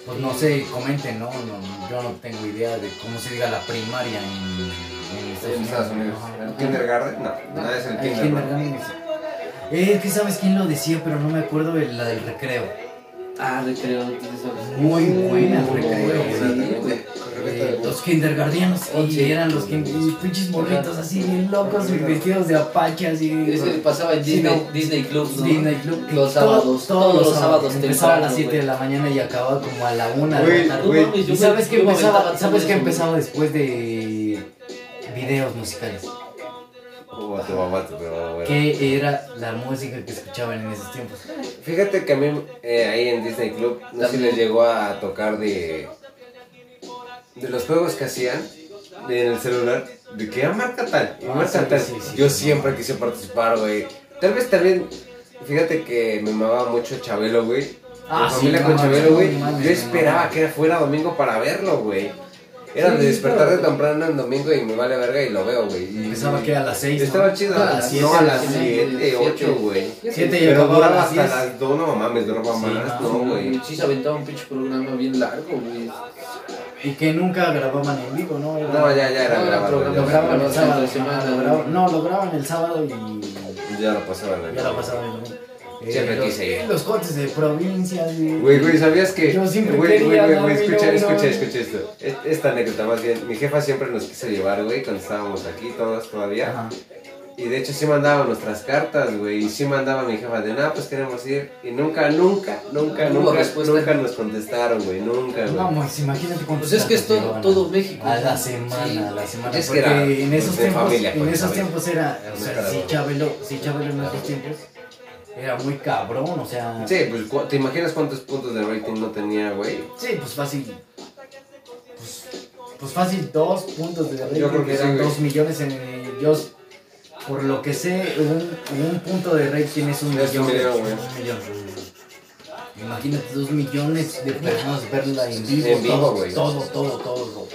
pues no sé, comenten, ¿no? No, yo no tengo idea de cómo se diga la primaria en, en Estados
En
Unidos.
Estados Unidos.
Ajá.
¿El kindergarten? No, no es el
Ay,
kindergarten.
kindergarten es- Eh, que sabes quién lo decía, pero no me acuerdo de la del recreo.
Ah, recreo, entonces sabes.
Muy buena,
Muy
recreo.
bueno,
sí.
exactamente. Correcto,
Eh,
güey.
los kindergardianos,
Oh,
y
sí.
eran los kin- y pinches morritos así bien locos, y vestidos de apache así.
Ese pasaba en Disney,
Sí, no.
Disney Club, ¿no?
Disney Club.
Los
Todo-
sábados, todos los sábados
Empezaba a
temprano,
las 7 de la mañana y acababa como a la 1 de
Güey,
la tarde.
No
güey.
mames, yo
¿Y
me-
sabes qué
yo me
empezaba?
aventaba
¿Sabes qué
todo eso,
empezaba después de videos musicales?
Oh, tu mamá, tu mamá, güey.
¿Qué era la música que escuchaban en esos tiempos?
Fíjate que a mí eh, ahí en Disney Club no sé si les llegó a tocar de de los juegos que hacían en el celular de que "Ah, marca tal y
Ah,
marca
sí,
tal.
sí, sí,
Yo
sí.
siempre quise participar, güey. Tal vez también fíjate que me mamaba mucho Chabelo, güey.
Ah,
Mi
sí,
familia
no
con
mames,
Chabelo,
no
güey.
mames,
Yo
no
esperaba
mames.
que fuera domingo para verlo, güey. Era de
Sí,
despertar de
claro.
temprano en domingo y me vale verga y lo veo, güey. Y-
Empezaba que a las 6.
Estaba chido,
A las 7.
no a las
siete,
7, 8,
siete.
güey.
Siete y
Pero
acababa a
duraba
las
hasta
10.
las 2, no mames, duraba
Sí,
más,
no,
no, güey.
Sí, se aventaba un pinche programa bien largo, güey.
Y que nunca grababan en vivo, ¿no? Era-
No, ya, ya era
No, era
grabado,
programa.
Lo graban el
Grababan
sábado.
entre semana,
ajá, lo
¿no?
graban- No, lo graban el sábado y
Pues ya, ya lo pasaban. ¿no?
ya la pasaban el domingo. Eh,
Siempre
los,
quise ir.
Los cortes de provincias, güey.
Güey, güey, ¿sabías que?
Yo siempre
Güey, güey,
quería,
güey,
no,
güey,
no,
escucha,
no.
escucha, escucha esto. Es- Esta anécdota más bien. Mi jefa siempre nos quiso llevar, güey, cuando estábamos aquí todos todavía.
Ajá.
Y de hecho sí mandaba nuestras cartas, güey. Y sí mandaba mi jefa de, nada, pues queremos ir. Y nunca, nunca, nunca,
Hubo
nunca,
respuesta.
nunca nos contestaron, güey. Nunca,
No,
güey.
pues imagínate cuántos
Pues es que es todo-
llevaban
todo México.
A la semana,
Sí.
a la semana.
Es que
porque
era,
en
pues,
esos
de
tiempos,
familia,
en
pues,
esos
¿sabes?
tiempos era, o sea,
Nunca
sí
era-
Chabelo, sí Chabelo en esos tiempos era muy cabrón, o sea.
Sí, pues cu- te imaginas cuántos puntos de rating no tenía, güey.
Sí, pues fácil. Pues, pues fácil, dos puntos de rating.
Yo creo que sí,
eran
güey.
dos millones en ellos. Por lo que sé, un, un punto de rating es un
Es un
millón.
video,
es
güey.
un millón. Imagínate dos millones de personas verla en vivo,
En vivo,
todo,
güey.
todo, todo, todo.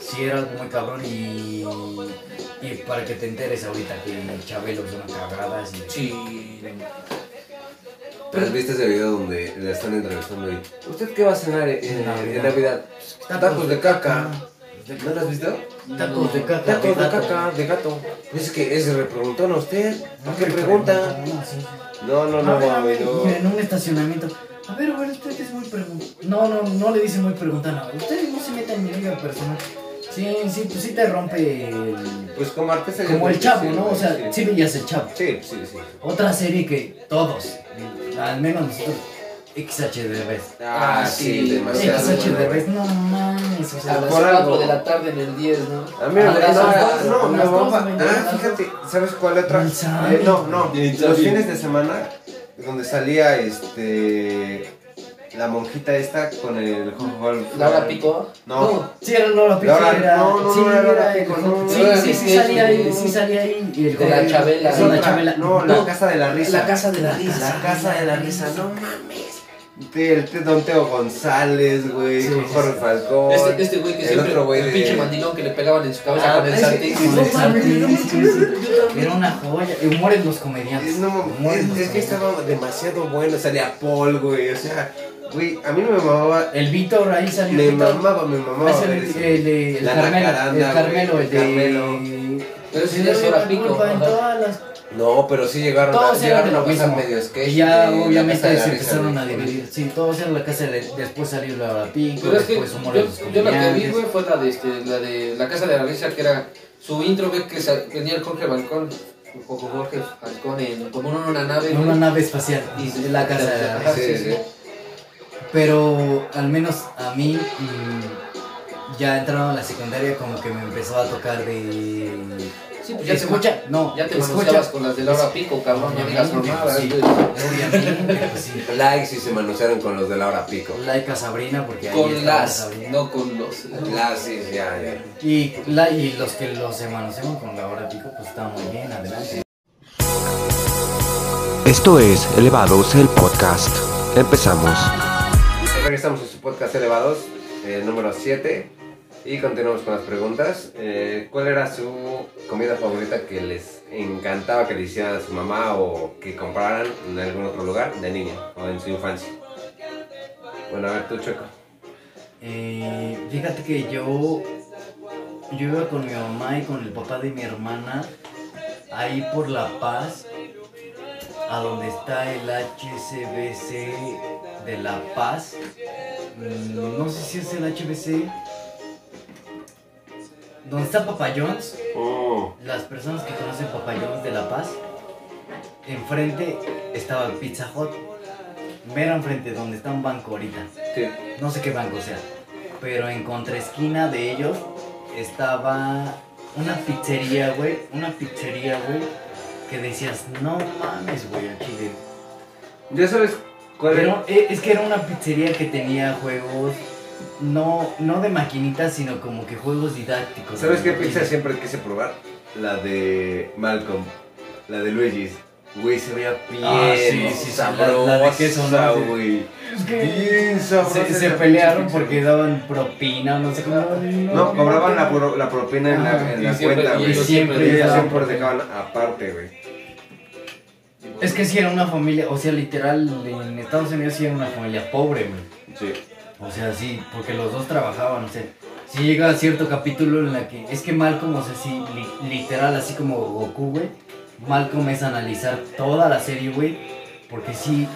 Sí, era algo muy cabrón y, y para que te enteres ahorita que Chabelo es una cabrada. es-
Sí.
Pero viste ese video donde le están entrevistando y ¿Usted qué va a cenar en, en- en Navidad?
Navidad.
Tacos de caca.
de
¿No lo has visto?
Tacos de caca.
Tacos de
gato.
caca, de gato. Es que ese le preguntó a usted. ¿Para qué pregunta?
No, Ah, sí, sí.
No, no,
A
no,
ver, a
mami,
ver, mira,
no.
en un estacionamiento. A ver, a ver, usted es muy preguntón. No, no, no le dice muy preguntón. no. Usted no se meta en mi vida personal. Sí, sí, pues sí te rompe el-
Pues como artista. yo
Como
creo
el
que
chavo,
sí,
¿no?
güey,
O sea,
sí.
sí veías el chavo.
Sí, sí, sí.
Otra serie que todos, al menos nosotros, XHDB.
Ah,
Ah,
sí,
sí,
demasiado. bueno, güey.
XHDB, no mames. O
A
sea,
las
Por algo.
4 de la tarde en el 10, ¿no?
A mí me
Ah,
gusta-
las
no,
dos,
no,
las
me
dos,
va
güey,
Ah,
las dos.
fíjate, ¿sabes cuál otra?
Ni sabe.
Eh, no, no,
Ni
los fines de semana donde salía este la monjita esta con el Jorge
Laura Pico.
No,
Sí, era Laura Pico.
Laura-
era-
Ah. no, no,
sí,
no era Laura
el-
Pico, no.
sí,
Laura
sí,
Pico
sí,
es
salía ahí,
un-
sí salía ahí. Y el
Con la
Jorge-
Chabela.
con
no,
la
la-
Chabela.
Eh, no, la casa de la risa.
La casa de la risa.
La casa de la risa, no mames. El te- Don Teo González, güey.
Sí, sí,
Jorge Falcón.
Este, este güey que
el
siempre.
otro güey
el
de-
pinche mandilón que le pegaban en su cabeza
Ah,
con el
ese-
sartén.
con el sartén, sí, sí. Era una joya. Y humor en los comediantes.
Es, no mames,
Humor en
es-
los
es que
comediantes.
estaba demasiado bueno. Salía Paul, güey. O sea, güey, a mí no me mamaba.
El Víctor ahí salió.
Me
Víctor.
mamaba, me mamaba.
Es
ver
el,
eso.
el, el, el
La
Carmelo,
Nacaranda,
el Carmelo,
güey,
el de...
Carmelo.
Pero sí,
Sí,
es hora
la
pico.
culpa en
ajá.
todas las-
No, pero sí llegaron a,
Todos eran de
llegaron a
lo
pasar
mismo.
medio sketch.
Y ya
de la Casa
obviamente
de la
se
Risa,
empezaron
güey.
a dividir. Sí, todos eran la casa de... Después salió la pico,
Pero Pues es que
después
yo,
humor en los
yo la que vi,
comediantes.
güey, fue la de, este, la de La Casa de la Risa, que era su intro, güey, que sa- venía el Jorge Balcón, o Jorge Balcón, en, como en una nave,
En
güey,
una nave espacial.
y se-
en la casa de la
ajá,
risa.
Sí, sí.
Pero al menos a mí mm, ya entrando a la secundaria como que me empezó a tocar de...
Sí, pues ya te,
escucha, no,
ya te
escucha.
manoseabas con las de Laura Pico, cabrón, no digas
Obviamente,
mamadas,
sí.
güey.
Obviamente, pues sí.
Likes y se manunciaron con los de Laura Pico.
Like a Sabrina porque ahí
Con
estaba
las,
Sabrina.
no con los.
Las, sí, sí, ya, ya.
Y, la, y los que los emancemos con la hora pico, pues está muy bien, adelante.
Esto es Elevados el Podcast. Empezamos.
Regresamos a su podcast Elevados, eh, número 7. Y continuamos con las preguntas. Eh, ¿Cuál era su comida favorita que les encantaba que le hiciera a su mamá o que compraran en algún otro lugar de niña o en su infancia? Bueno, a ver, tú, Checo.
Eh, fíjate que yo, yo iba con mi mamá y con el papá de mi hermana ahí por La Paz, a donde está el HCBC de La Paz. Mm, No sé si es el HBC. ¿Dónde está Papa John's? las personas que conocen Papayón de La Paz, enfrente estaba el Pizza Hut. Mero enfrente, donde está un banco ahorita.
Sí.
No sé qué banco sea. Pero en contraesquina de ellos estaba una pizzería, güey. Una pizzería, güey. Que decías, no mames, güey, aquí de...
¿Ya sabes cuál era?
Pero eh, es que era una pizzería que tenía juegos... No, no de maquinitas, sino como que juegos didácticos.
¿Sabes qué
güey,
pizza siempre quise probar? La de Malcolm, la de Luigi's. Güey, se veía bien
Ah, sí, sí, sí, la- la de queso,
sabrosa,
¿no? Sí.
güey.
Es que-
Bien sabrosa
Se, se
esa
pelearon
pinche
porque
pizza.
daban propina, no sé cómo.
No, cobraban la, pro- la propina en la, en
Y
la
siempre-
cuenta,
y
güey.
ellos
siempre
Y ellos
dejaban
siempre
propina.
dejaban aparte, güey.
Es que si era una familia, o sea, literal, en Estados Unidos sí era una familia pobre, güey.
Sí.
O sea, sí, porque los dos trabajaban, o sea. Si llega a cierto capítulo en la que. Es que Malcolm, o sea, sí, li- literal, así como Goku, güey. Malcolm es analizar toda la serie, güey. Porque sí.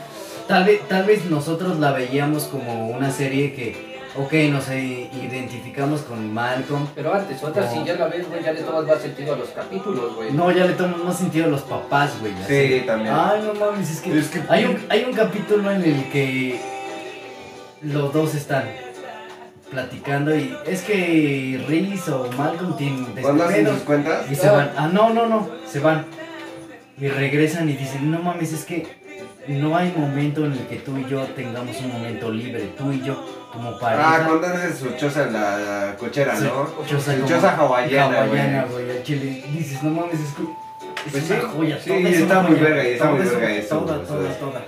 Tal vez, tal vez nosotros la veíamos como una serie que. Ok, nos eh, identificamos con Malcolm.
Pero antes, otras,
No.
si ya la ves, güey, ya le tomas más sentido a los capítulos, güey.
No, ya le toman más sentido a los papás, güey. así.
Sí, también.
Ay, no mames, Ah, es que,
Es que-
hay, un, hay un capítulo en el que los dos están platicando y es que Riz o Malcolm tienen
Cuando hacen
despedos
sus cuentas,
y se van. Ah, no, no, no, se van. Y regresan y dicen, no mames, es que no hay momento en el que tú y yo tengamos un momento libre, tú y yo como
ah,
pareja.
cuando hacen su choza en la, la cochera,
Sí,
¿no?
choza
Su
como-
choza hawaiana,
hawaiana,
güey.
güey, al chile. Dices, no mames, es que es
Pues
una
sí,
joya.
sí,
toda es
está
una
muy
joya,
verga, está
toda
muy
es una-
verga eso,
Toda,
güey,
toda,
eso.
toda.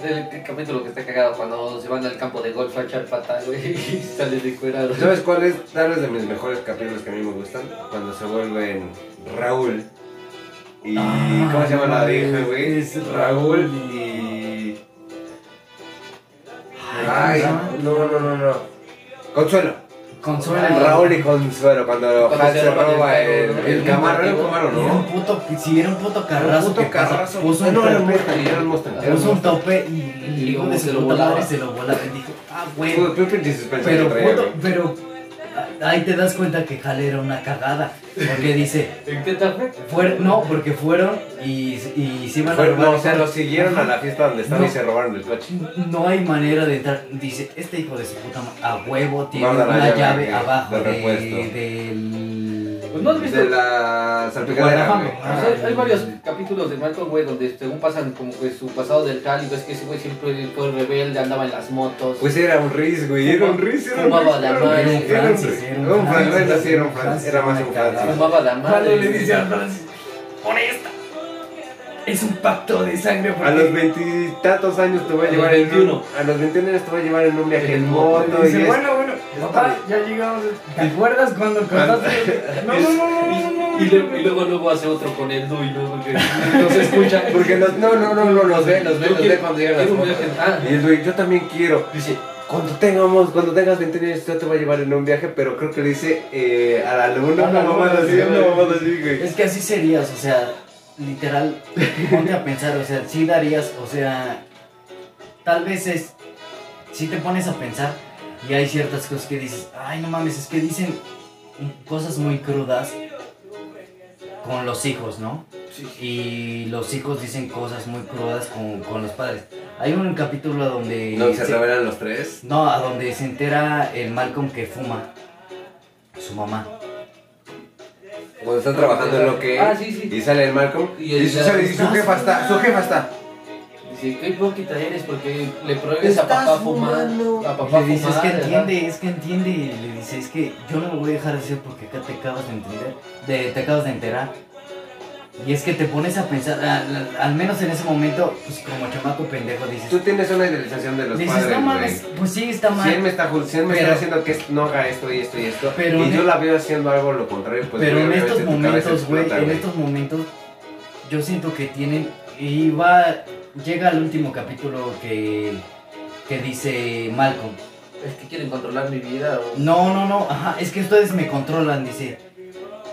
El capítulo que está cagado cuando se van al campo de golf a echar pata, güey, y salen de cuerado.
¿Sabes cuál es? Tal vez de mis mejores capítulos que a mí me gustan. Cuando se vuelven Raúl y.
Ah,
¿Cómo se llama la vieja,
es-
güey?
es
Raúl
Raúl y-
y.
Ay,
Ay, no, no, no, no. Consuelo.
Consuela.
Raúl y Consuelo, cuando
Cuando
Hans
se
se
roban el
roba
carro,
el,
¿no?
el
El
Camaro, era un
Camaro.
Camaro,
Era un
¿no?
puto, si era un puto carrazo.
Puto
que pasa,
carrazo.
Puso
Ah,
un
no, era un
tope.
Mustang, era un Mustang, era un
Puso un
Mustang.
tope y
Y
el hijo de
se
su
lo
puta
volaba.
madre se lo volaba y dijo, ah, güey.
Pudo- pudo pinche suspensión
Pero,
que traía,
puto,
güey.
pero ahí te das cuenta que Jale era una cagada. Porque dice,
¿En qué tal?
fuer- no, porque fueron y, y se iban a
Pero
robar.
no,
el
o sea,
carro.
lo siguieron a la fiesta donde estaban
No.
y se robaron el coche.
No hay manera de entrar. Dice, este hijo de su puta ma- a huevo tiene
Guarda la
una
llave
llave
de-
abajo
del
de-
repuesto.
del
Pues no has visto.
De la salpicadera,
Guadalajara.
güey.
Pues hay, hay varios capítulos de Malcolm, güey, donde según pasan como que su pasado del Cali, ves que ese güey siempre fue rebelde, andaba en las motos.
Pues era un Riz, güey. Era un Riz, era un Riz.
Fumaba de
Era un
más.
Riz, era un Riz. Era un Francis, bueno, sí, era un Francis. Era más un Francis.
fumaba la madre.
Cuando le dice a Francis, pon esta. Es un pacto de sangre.
A los veintitantos años te voy a
A
llevar
los
en un...
21.
A los 21 años te voy a llevar en un viaje en
En
moto y
Dice,
es...
bueno, bueno, papá, ya llegamos. ¿Te acuerdas cuando contaste? No, no, no, no, no.
Y, luego- y luego luego hace otro con el Dui, ¿no? Porque no se escucha.
Porque los, no, no, no, no, los ve, los ve,
Yo
los ve
quiero-
cuando llegan las
quiero un
motos.
viaje. Ah.
Y el güey, yo también quiero.
Dice,
Cuando tengamos, cuando tengas 21 años, yo te voy a llevar en un viaje, pero creo que le dice eh, al alumno,
Al
una
alumno,
mamada así,
sí,
una
güey.
mamada así, güey.
Es que así serías, o sea, literal, ponte a pensar, o sea, sí darías, o sea, tal vez es, si te pones a pensar y hay ciertas cosas que dices, ay, no mames, es que dicen cosas muy crudas con los hijos, ¿no? Y los hijos dicen cosas muy crudas con, con los padres. Hay un capítulo donde...
No, se
se-
revelan los tres.
no, a donde se entera el Malcolm que fuma, su mamá.
Cuando están trabajando en lo que...
Ah, sí, sí.
Y sale el Malcolm.
Y
Y,
el-
su, sale- y su jefa está, su jefa está.
Dice, qué hipócrita eres porque le prohíbes a papá fumar. A papá
le dices
fumar.
que
¿verdad?
entiende, es que entiende y le dices es que yo no lo voy a dejar hacer porque acá te acabas de entender, de- te acabas de enterar. Y es que te pones a pensar, al, al- al menos en ese momento, pues como chamaco pendejo
Tú
dices,
tienes una idealización de los
dices,
padres,
no
güey.
mames, pues sí está mal.
Si él me está, juz- si él me
Pero-
está diciendo que es- no haga esto y esto y esto,
Pero
y
en- e-
yo la veo haciendo algo lo contrario, pues
pero en
güey,
estos
obviamente tu cabeza
momentos, güey,
explota,
en estos momentos, yo siento que tienen. Y va. Llega al último capítulo que. que dice Malcolm.
Es que quieren controlar mi vida. O...
No, no, no, ajá, es que ustedes me controlan, dice.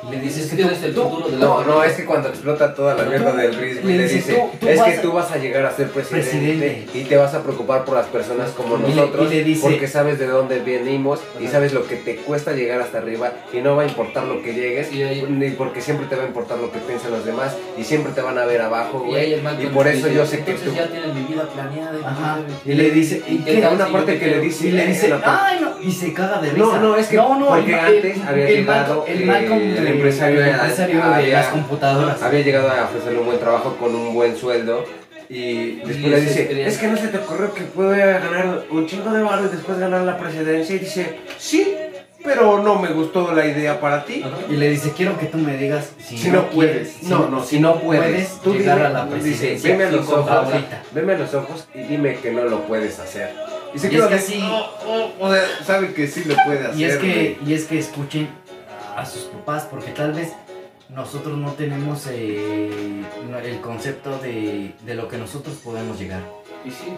Y le dices
Dices
que
que
tú-
eres el
tú-
futuro de la
No, no, es que cuando explota toda la
Tú-
mierda del Riz, güey,
le
le
dices,
dice,
tú- tú
es
vas
que
a-
tú vas a llegar a ser presidente,
Presidente.
y te vas a preocupar por las personas como
Y le- y
nosotros,
le dice-
porque sabes de dónde venimos y
Ajá.
sabes lo que te cuesta llegar hasta arriba y no va a importar lo que llegues,
Y ahí-
ni porque siempre te va a importar lo que piensan los demás y siempre te van a ver abajo,
Y ahí
güey.
el mal
Y por eso yo sé que
Entonces
tú...
ya tienen mi vida planeada. y
Ajá,
no sé,
y le dice, ¿y
¿Qué
qué?
tal
una
si
parte
yo
que le
quiero?
dice,
Y le
en
dice,
la parte-
ay, no, y se caga de risa.
No, no, es que porque
el-
antes había llegado,
el Malcolm,
eh, el
de-
empresario
el
era-
empresario de
había-
las computadoras.
había llegado a ofrecerle un buen trabajo con un buen sueldo y después
Y
le
ese
dice,
cree-
es que no se te ocurrió que pueda ganar un chingo de barro y después ganar la presidencia y dice, sí, pero no me gustó la idea para ti.
Ajá.
Y le dice, quiero que tú me digas si,
Si no
quieres,
puedes, no, no, si no puedes, tú
llegar
dime-
a la
dice,
presidencia.
veme a los
con
ojos,
favorita.
Veme a los ojos y dime que no lo puedes hacer. Y se
Y
queda
es que
de,
así-
"Oh, oh", o sea, sabe que sí lo puede hacer.
Y es que,
güey.
y es que escuchen a sus papás, porque tal vez nosotros no tenemos eh, no- el concepto de, de lo que nosotros podemos llegar.
Y sí.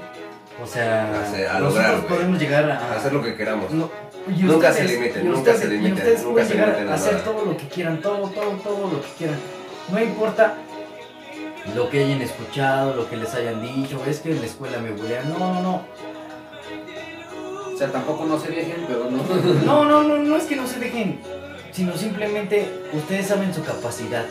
O sea,
Hacer- a
nosotros
lograr, güey.
podemos llegar a
hacer lo que queramos.
No, y
Nunca se
ustedes-
limiten,
y
nunca
ustedes-
se
y
limiten,
ustedes
nunca
pueden
se
llegar
limiten a
a hacer
nada.
todo lo que quieran, todo, todo, todo lo que quieran. No importa lo que hayan escuchado, lo que les hayan dicho, es que en la escuela me bulean. No, no, no.
O sea, tampoco no se dejen, pero no.
No, no, no, no es que no se dejen, sino simplemente ustedes saben su capacidad.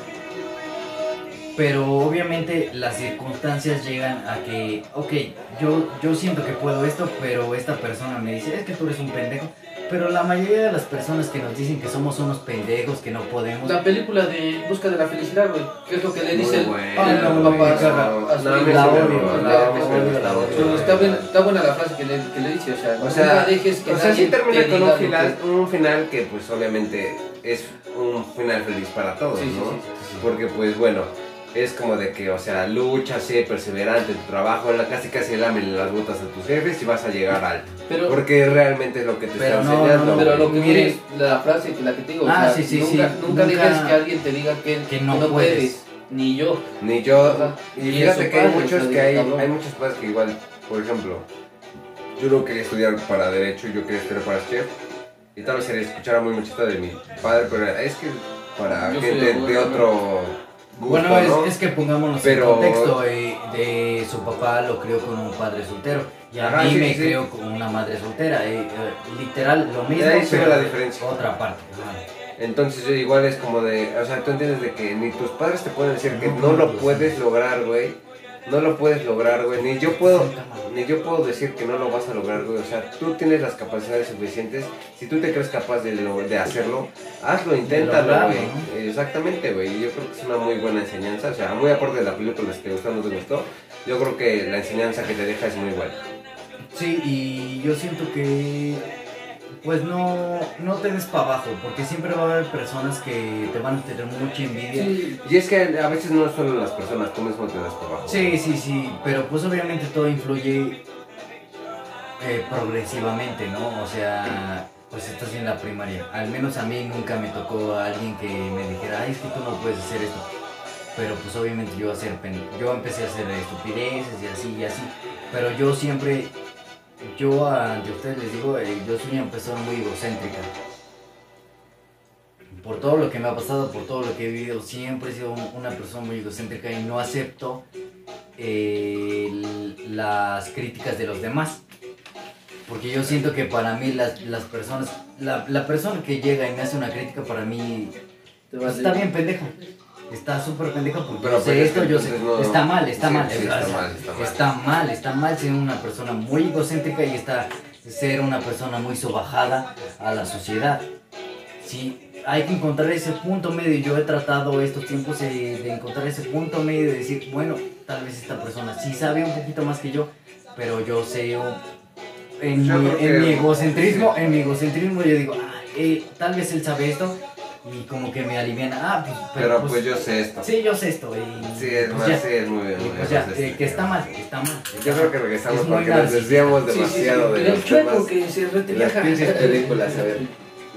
Pero obviamente las circunstancias llegan a que, ok, yo, yo siento que puedo esto, pero esta persona me dice, es que tú eres un pendejo. Pero la mayoría de las personas que nos dicen que somos unos pendejos, que no podemos...
La película de En Busca de la Felicidad, güey. ¿Qué es lo que le
Muy
dice el,
buena,
el
no,
papá
güey,
a su-
no,
a su
no,
hijo? pues,
la
no,
odio,
no,
la
no,
odio,
no,
la
no,
odio.
no,
Está, bien- está buena la frase que le, que le dice, o sea,
O sea,
nunca dejes que
o sea,
nadie
sí termina
te
con
diga
un
lo que-
final, un final que pues obviamente es un final feliz para todos,
Sí, sí,
¿no?
sí, sí, sí.
Porque pues bueno, es como de que, o sea, lucha, sé perseverante en tu trabajo, la- casi casi lamen las botas a tus jefes y vas a llegar alto.
Pero,
Porque realmente es lo que te
Pero
está
no,
enseñando.
no,
pero
güey.
lo que
Miren.
mire es la frase que la que te digo, o
Ah,
sea,
sí, sí,
nunca,
sí.
nunca dejes
Nunca-
que alguien te diga que,
que no puedes.
ni yo.
Ni yo.
Ajá.
Y
Y
fíjate
eso
que hay
pasa,
muchos
o sea,
que hay,
cabrón.
hay muchos padres que igual, por ejemplo, yo no quería estudiar para derecho, yo quería estudiar para chef. Y tal vez se le escuchara muy machista de mi padre, pero es que para
Yo soy
gente de
abogado, ¿no?
otro gusto,
Bueno, es,
¿no?
es que pongámonos
Pero-
en contexto, eh, de su papá lo crió con un padre soltero y a
Ajá,
mí
sí,
me
sí, sí.
crió con una madre soltera, eh, eh, literal lo mismo,
ahí se ve
pero
la diferencia.
otra parte. ajá.
Entonces yo igual es como de, o sea, tú entiendes de que ni tus padres te pueden decir que
No,
no
no,
lo
pues,
puedes lograr, güey. no lo puedes lograr, güey. Pues Ni yo puedo, ni yo puedo decir que no lo vas a lograr, güey. O sea, tú tienes las capacidades suficientes. Si tú te crees capaz de, lo- de hacerlo, hazlo, inténtalo,
lograrlo,
güey. Eh, Exactamente, güey. Y Yo creo que es una muy buena enseñanza. O sea, muy aparte de la película, si te gustó o no te gustó, yo creo que la enseñanza que te deja es muy buena.
Sí, y yo siento que pues no, no te des para abajo, porque siempre va a haber personas que te van a tener mucha envidia. Sí,
Y es que a veces no son las personas, tú mismo te das por abajo.
sí, sí, pero pues obviamente todo influye eh, progresivamente, ¿no? O sea, pues estás en la primaria. Al menos a mí nunca me tocó a alguien que me dijera, ay, es que tú no puedes hacer esto. Pero pues obviamente yo, a hacer pen- yo empecé a hacer estupideces y así y así. Pero yo siempre, yo ante ustedes les digo, eh, yo soy una persona muy egocéntrica. Por todo lo que me ha pasado, por todo lo que he vivido, siempre he sido un- una persona muy egocéntrica y no acepto eh, l- las críticas de los demás. Porque yo siento que para mí las, las personas, la, la persona que llega y me hace una crítica para mí
Te
pues,
vas
está
de-
bien pendeja. Está súper pendeja porque
Pero
yo sé
pues es
esto,
que
yo sé.
entonces no-
está mal, está
sí,
mal.
sí,
es-
está
o sea,
mal, está mal.
Está mal, está mal ser una persona muy egocéntrica y está ser una persona muy sobajada a la sociedad. Sí, hay que encontrar ese punto medio. y Yo he tratado estos tiempos eh, de, encontrar ese punto medio de decir, bueno, tal vez esta persona sí sabe un poquito más que yo, pero yo sé oh, en,
Yo
mi,
creo
en
que-
mi egocentrismo, en mi egocentrismo yo digo, ah, eh, tal vez él sabe esto y como que me aliviana, ah, pues,
Pero pues yo sé esto.
Sí, yo sé esto. Y,
Sí, es
pues
más,
ya.
sí, es muy bien.
Y
muy
pues
bien,
ya,
pues,
eh,
este,
que está mal, está mal.
Yo creo que regresamos
Es muy
porque nos
narcisista.
desviamos
Sí, sí, sí.
demasiado de
El
los temas
chueco que se
de las
reteja.
pinches películas, a ver.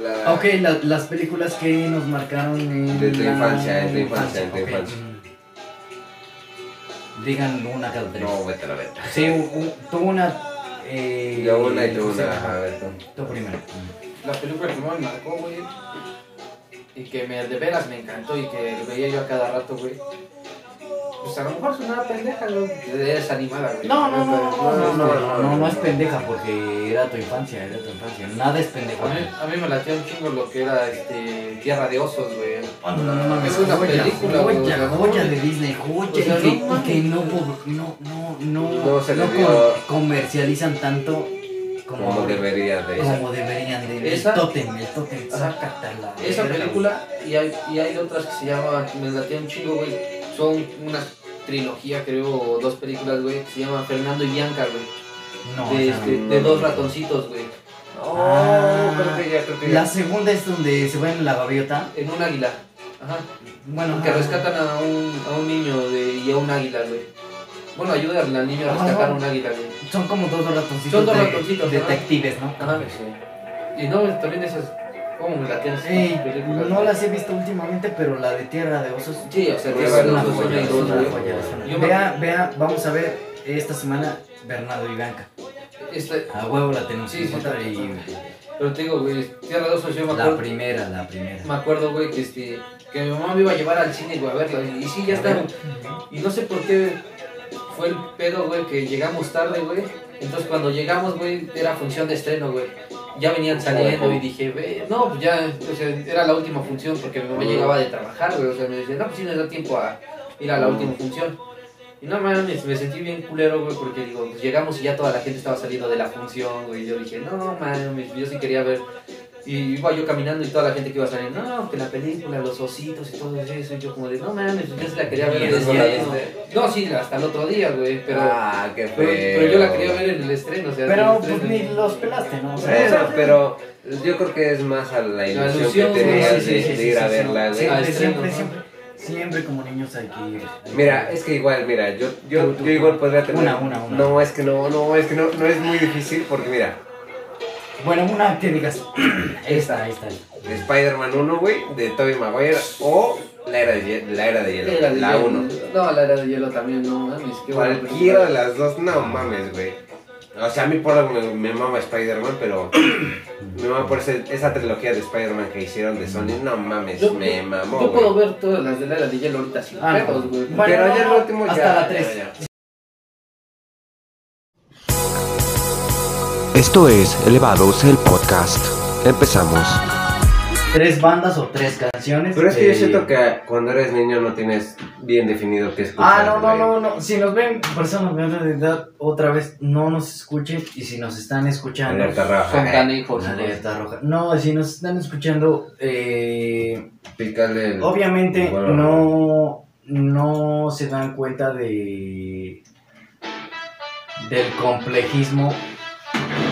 La-
Ok, la- las películas que nos marcaron en
De tu
la
infancia, en tu infancia, en tu
ok,
infancia.
mm. Digan una cada tres.
No, vete a la verga.
Sí, u- u- tú una. Eh,
Yo una y tú
sí,
una, a
ajá.
ver tú.
Tú primero.
La película que más me marcó, güey. Y que me, de veras me encantó y que veía yo a cada rato, güey. Pues a lo mejor sonaba pendeja, güey. Es animada, güey. este,
No, no, no, no, no, no, no,
no,
no,
no,
no,
no.
es pendeja porque era tu infancia, era tu infancia. Nada es pendeja.
A mí, a mí me latía un chingo lo que era este, Tierra de Osos, güey.
Ah, no, no, no, mames,
Es una
joya,
película, güey, o
joya,
sea, no
joya
mames.
de Disney, joya,
O sea,
y que,
no mames.
y que no, por- no, no, no,
No se le
co-
dio-
comercializan tanto como,
Como debería de
como deberían de.
Esa-
el tótem, el tótem,
Ajá.
sácatela.
Esa
verga,
película y hay, y hay otras que se llaman, me latía un chingo, güey. Son una trilogía, creo, o dos películas, güey, que se llaman Fernando y Bianca, güey.
güey. No,
De,
o sea,
este,
no.
de dos ratoncitos, güey.
Oh, creo que ya, creo que
Ah, La
ya.
segunda es donde se va en la gaviota.
En un águila. Ajá.
Bueno,
Que
ajá.
rescatan a un, a un niño de, y a un águila, güey. Bueno, ayudan al niño a
Ajá.
rescatar a un águila, güey.
Son como dos ratoncitos.
Son dos
de-
ratoncitos, ajá.
Detectives, ¿no?
Ajá. Y no, también esas. ¿Cómo me latían esas
Ey,
películas?
no las he visto últimamente, pero la de Tierra de Osos
Sí, o sea,
Pero
Tierra
Es
de
una
los
Osos
joya,
una
es
dos,
una
güey.
joya, es una-
Yo me-
Vea, vea, vamos a ver esta semana Bernardo y Bianca.
Este,
A huevo la tenemos
Sí,
que
sí,
encontrar y-
pero te digo, güey, Tierra de Osos, yo me
la
acuerdo,
primera, la primera.
me acuerdo, güey, que, este, que mi mamá me iba a llevar al cine, güey, a verla. Y, y sí, ya está. Y no sé por qué fue el pedo, güey, que llegamos tarde, güey. Entonces cuando llegamos, güey, era función de estreno, güey. Ya venían saliendo y dije, "Ve, no, pues ya, o sea, era la última función porque mi mamá llegaba de trabajar, güey. O sea, me decía, no, pues sí nos da tiempo a ir a la última función. Y no mames, me sentí bien culero, güey, porque digo, pues llegamos y ya toda la gente estaba saliendo de la función, güey. Y yo dije, no mames, yo sí quería ver. Y iba yo caminando y toda la gente que iba a salir, no, que la película, los ositos y todo eso. Y yo como de, no mames, yo sí la quería ver.
Y
desde
desde ahí,
ahí, ¿no?". No, sí, hasta el otro día, güey, pero,
este. Ah, qué feo.
pero, pero yo la quería ver en el estreno, o sea,
Pero
en el
pues
estreno.
ni los pelaste, ¿no? O sea,
Bueno, pero yo creo que es más a la ilusión,
ilusión,
que
sí,
tenías
sí,
de,
sí,
de
sí,
ir a
sí, sí.
verla. de-
Sí.
siempre,
Ah, estreno,
siempre,
¿no?
siempre, siempre como niños hay que ir.
Mira, es que igual, mira, yo, yo,
Tú, tú,
yo igual podría tener.
Una, una, una.
No, es que no, no, es que no, no es muy difícil porque mira,
Bueno, una que digas. esta, esta.
Este. Spider-Man 1, güey, de Tobey Maguire o la era de, Hie- la era de hielo,
Era de
la
hielo.
1.
No, la era de hielo también, no mames, qué buena
Cualquiera de
película.
las dos, no mames, güey. O sea, a mí por algo me, me mama Spider-Man, pero me mama por ese- esa trilogía de Spider-Man que hicieron de Sony. No mames,
Yo-
me mamó,
Yo puedo
güey.
ver todas las de la era de hielo ahorita sin
Ah, no.
pedos, güey.
Bueno,
Pero
no,
ya el
no,
último ya.
hasta la
ya,
tres.
ya.
Esto es Elevados el Podcast. Empezamos.
Thank
tres bandas o tres canciones.
Pero es que yo
eh,
siento que cuando eres niño no tienes bien definido qué escuchas.
Ah, no, no,
güey.
no, no. Si nos ven personas menores de edad, otra vez no nos escuchen. Y si nos están escuchando.
Alerta roja.
Son
eh.
canijos.
La alerta roja. No, si nos están escuchando, eh,
Pícale el-
obviamente
Bueno.
no, no se dan cuenta de del complejismo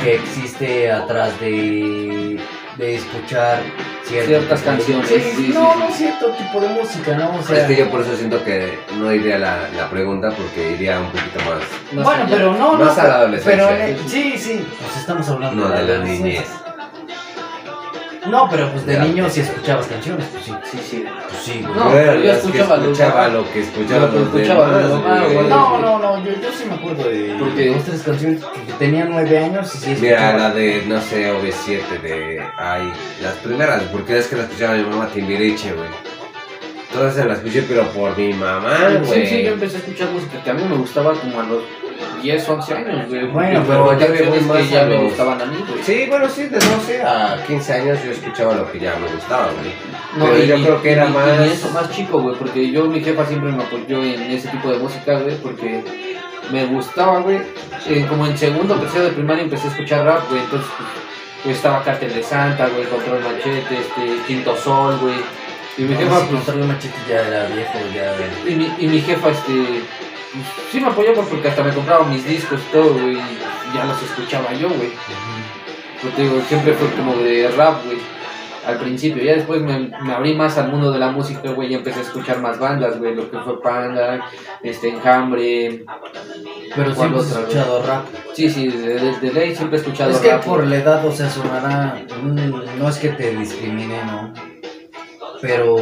que existe atrás de, de escuchar cierto
Ciertas
tipo de-
canciones,
Sí,
sí, sí,
no,
sí.
no cierto tipo de música, ¿no? O sea,
Es que yo por eso siento que no iría la, la pregunta porque iría un poquito más.
Más
bueno,
allá.
pero no, no.
Más a la adolescencia.
Pero, eh, sí, sí. Pues estamos hablando
No, de la
adolescencia.
niñez.
No, pero pues de
Ya.
niño si escuchabas canciones, pues sí.
Sí, sí.
Pues sí, güey.
No,
Güey,
pero yo
es que
escuchaba lo
escuchaba
que-
lo que escuchaba.
lo que
los
escuchaba
demás,
los demás,
güey.
güey.
No, no, no, yo, yo sí me acuerdo de
Porque-
dos, tres canciones que que tenía nueve años y sí
Mira,
escuchaba.
la de, no sé, OV7, de. Ay, las primeras, porque es que la escuchaba mi mamá Timbiriche, güey. Todas se las escuché, pero por mi mamá,
Ah, Sí,
güey.
sí, yo empecé a escuchar música que a mí me gustaba como a los 10, 11 años, güey.
Bueno,
Porque
pero
había
ya le voy
canciones
más
que ya
a
me
los-
gustaban a mí, güey.
Sí, bueno, sí, de 12 a 15 años yo escuchaba lo que ya me gustaba, güey.
No,
Pero
y-
yo creo que
y-
era
y-
más-
y eso, más chico, güey, porque yo, mi jefa siempre me apoyó en ese tipo de música, güey, porque me gustaba, güey. Eh, como en segundo o tercero de primaria empecé a escuchar rap, güey, entonces pues, pues, estaba Cartel de Santa, güey, Control Machete, este, Quinto Sol, güey. Y mi
No,
jefa, pues,
sí, Gonzalo Machete ya era viejo, ya era...
y mi, y mi jefa, este, pues, sí me apoyó pues, porque hasta me compraba mis discos y todo, güey, y ya los escuchaba yo, güey. Yo te digo, siempre fue como de rap, güey. Al principio, ya después me, me abrí más al mundo de la música, güey, y empecé a escuchar más bandas, güey, lo que fue Panda, este, Enjambre.
Pero
¿Cuál
siempre he
otra,
escuchado rap.
Sí, sí, desde de, ley siempre he escuchado
Es que
rap.
por la edad, o sea, sonará... mm, No es que te discrimine, ¿no? Pero...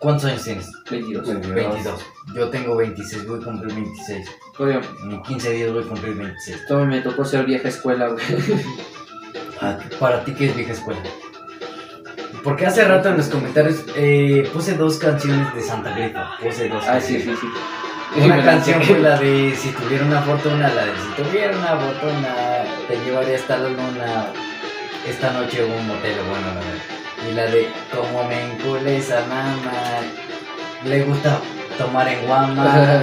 ¿Cuántos años tienes?
22.
22. Yo tengo 26, voy a cumplir 26.
Oigan,
En 15 días voy a cumplir 26.
todo me tocó ser vieja escuela, güey.
Ah, Para ti, ¿qué es vieja escuela? Porque hace rato en los comentarios eh, puse dos canciones de Santa Greta. Puse dos.
Ah, sí, sí, sí.
Una canción fue la de Si tuviera una fortuna, la de Si tuviera una fortuna, te llevaría hasta la luna. Esta noche hubo un motel, bueno, la verdad. Y la de Como me enculé esa mamá, le gusta tomar en guama,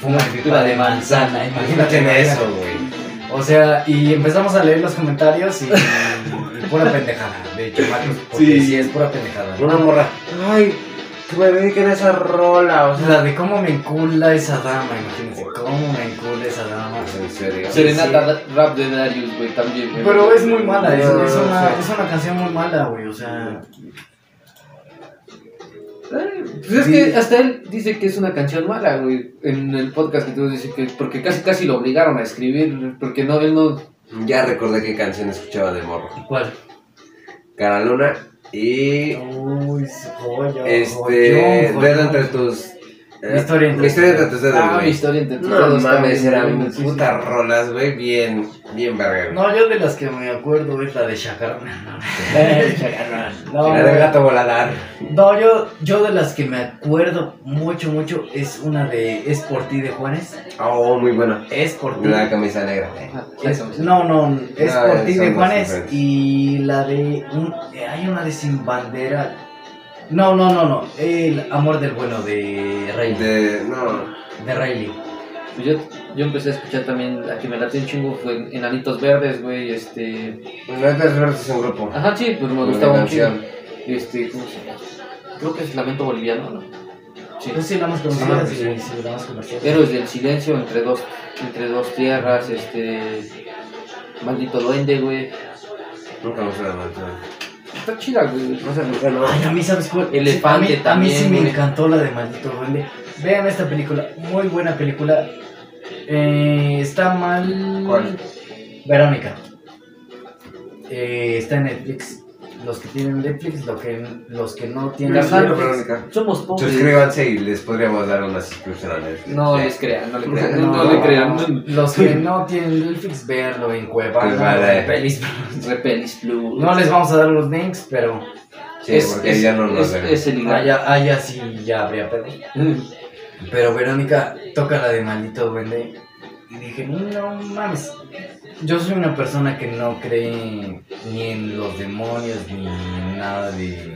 fuma pipa de manzana. Imagínate eso.
güey.
O sea, y empezamos a leer los comentarios y, y pura pendejada, de hecho, Marcos, porque sí,
Sí.
es pura pendejada. ¿no?
Una morra. Ay, que me dediquen a esa rola, o sea.
La de cómo me encula esa dama, imagínense, cómo me encula esa dama.
En serio.
Serenata rap de Darius, güey, también, güey.
Pero es muy mala, es,
No,
es una,
sí.
es una canción muy mala, güey, o sea...
Pues es que hasta él dice que es una canción mala, güey. En el podcast que tú dices que. Porque casi casi lo obligaron a escribir. Porque no, él no.
Ya recordé qué canción escuchaba de morro.
¿Cuál?
Cara Luna y.
Uy, su joya,
Este.
joyón,
Dedo
joyón.
entre tus. eh,
Mi historia entre-
mi historia entre tus dedos.
Ah, mi
güey.
historia entre tus
No
dedos
mames,
también,
eran
güey,
putas
sí, sí.
rolas, güey. Bien, bien verga. güey.
No, yo de las que me acuerdo es la de Shakarna. No,
La del gato voladar.
No, yo, yo de las que me acuerdo mucho, mucho es una de Es por ti de Juanes.
Oh, muy buena.
Es por ti.
La camisa negra. güey.
Ah, sí,
Es-
sí, sí.
no, no, es
No,
por ti
son
de
dos
Juanes
diferentes.
y la de. un- eh, hay una de Sin Bandera. No, no, no, no. El amor del bueno de Riley.
De. No.
De, Riley.
Pues yo, yo empecé a escuchar también. La que me late un chingo fue Enanitos Verdes, güey. Este.
No es de pues, es un grupo.
Ah.
Ajá, sí, pues me
Una
gustaba un chingo.
canción.
Este, ¿cómo se llama? Creo que es Lamento Boliviano, ¿no? Sí.
No sé si la más conocida,
Ah,
Pues sí,
sí.
sí, la más conocida.
Héroes del silencio entre dos, entre dos tierras, este. Maldito duende, güey.
Nunca me suena mal. güey.
Está chida, güey.
No sé por qué no.
Ay, a mí, ¿sabes cuál?
Elefante
Sí, a mí, a mí sí
también,
me
güey.
encantó la de Maldito Duende. Vean esta película, muy buena película. Eh, está
Mm,
mal.
¿Cuál?
Verónica. Eh, está en Netflix. Los que tienen Netflix, lo que, los que no tienen
Carnal,
Netflix.
Verónica.
pues, Somos pobres.
Suscríbanse y les podríamos dar una suscripción a Netflix.
No
Sí.
les crean, no le crean. No,
No,
le crean.
Los que no tienen Netflix, véanlo en Cuevana.
Pues vale.
en Pelis.
Repelis Plus.
No les vamos a dar los links, pero
Sí, porque ya no nos
es,
ven.
es
Ah,
el ideal.
allá, allá sí ya habría pedo. Pero Verónica toca la de Maldito Duende.
Y dije, no mames. Yo soy una persona que no cree ni en los demonios ni en nada de.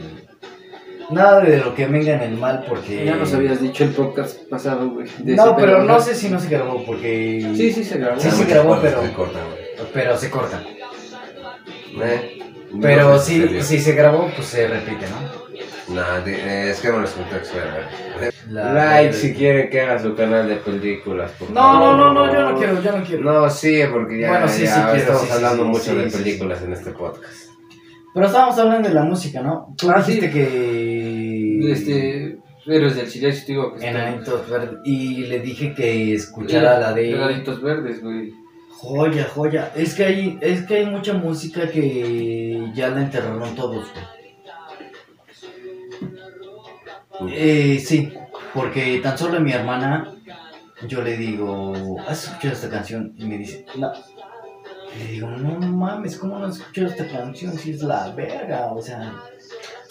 Nada de lo que venga en el mal porque.
Ya nos habías dicho el podcast pasado, güey. de
No,
ese pedo,
pero no
¿verdad?
sé si no se grabó porque.
Sí, sí se grabó.
Sí,
Hay
sí
muchas
grabó,
cosas
pero-
que cortan, güey.
Pero se corta.
Eh,
Pero
no sé
si,
se
si se grabó, pues se repite, ¿no?
vio. Nah, de- eh, es que me los contextos,
La-
Like si quieren que haga su canal de películas. por
No, no,
favor.
no, no, yo no quiero, yo no quiero.
No, sí, porque ya,
Bueno, sí,
ya
sí quiero,
estamos
sí, sí,
hablando
sí,
mucho
sí,
de
sí,
películas en este podcast.
Pero estábamos hablando de la música, ¿no? Tú
Ah,
dijiste
sí.
que.
Este, Héroes del Silencio, te
este.
digo que está-
Enanitos verdes. Y le dije que escuchara la de.
Enanitos Verdes, güey.
Joya, joya. Es que hay, es que hay mucha música que ya la enterraron todos, güey. Eh, sí, porque tan solo a mi hermana yo le digo, ¿has escuchado esta canción? Y me dice, no. Le digo, no mames, ¿cómo no has escuchado esta canción? Si es la verga, o sea.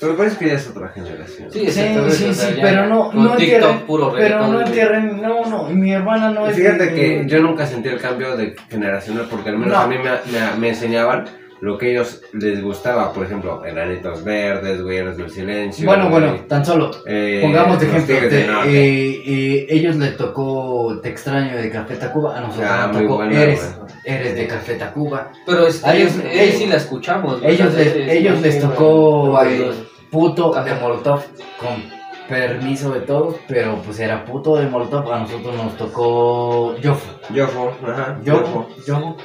Pero parece que ya es otra generación.
Sí,
Sí,
exactamente,
sí,
o sea,
sí,
ya
pero no-
con
no
TikTok
entierren-
puro
Pero
reggaetón,
no
güey.
entierren, no, no, mi hermana no
Y
es.
fíjate
de-
que yo nunca sentí el cambio de generacional porque al menos
No.
a mí me, me- me enseñaban lo que ellos les gustaba. Por ejemplo, Enanitos Verdes, güey, Héroes del Silencio.
Bueno,
güey,
bueno, tan solo.
eh,
Pongamos de
Los
ejemplo,
Tigres
te-
del Norte.
eh, eh, ellos le tocó Te extraño de Café Tacuba, a nosotros
Ah,
nos
muy
tocó
buena,
eres,
güey.
eres de Café Tacuba,
Pero este,
Ahí
ellos,
es-
ellos sí la escuchamos. güey.
ellos
O sea,
les-
es-
ellos
es-
les
es-
tocó,
es-
eh, puto de Molotov, con permiso de todos, pero pues era puto de Molotov, a nosotros nos tocó Yofo,
Yofo, ajá.
Yofo, Yofo.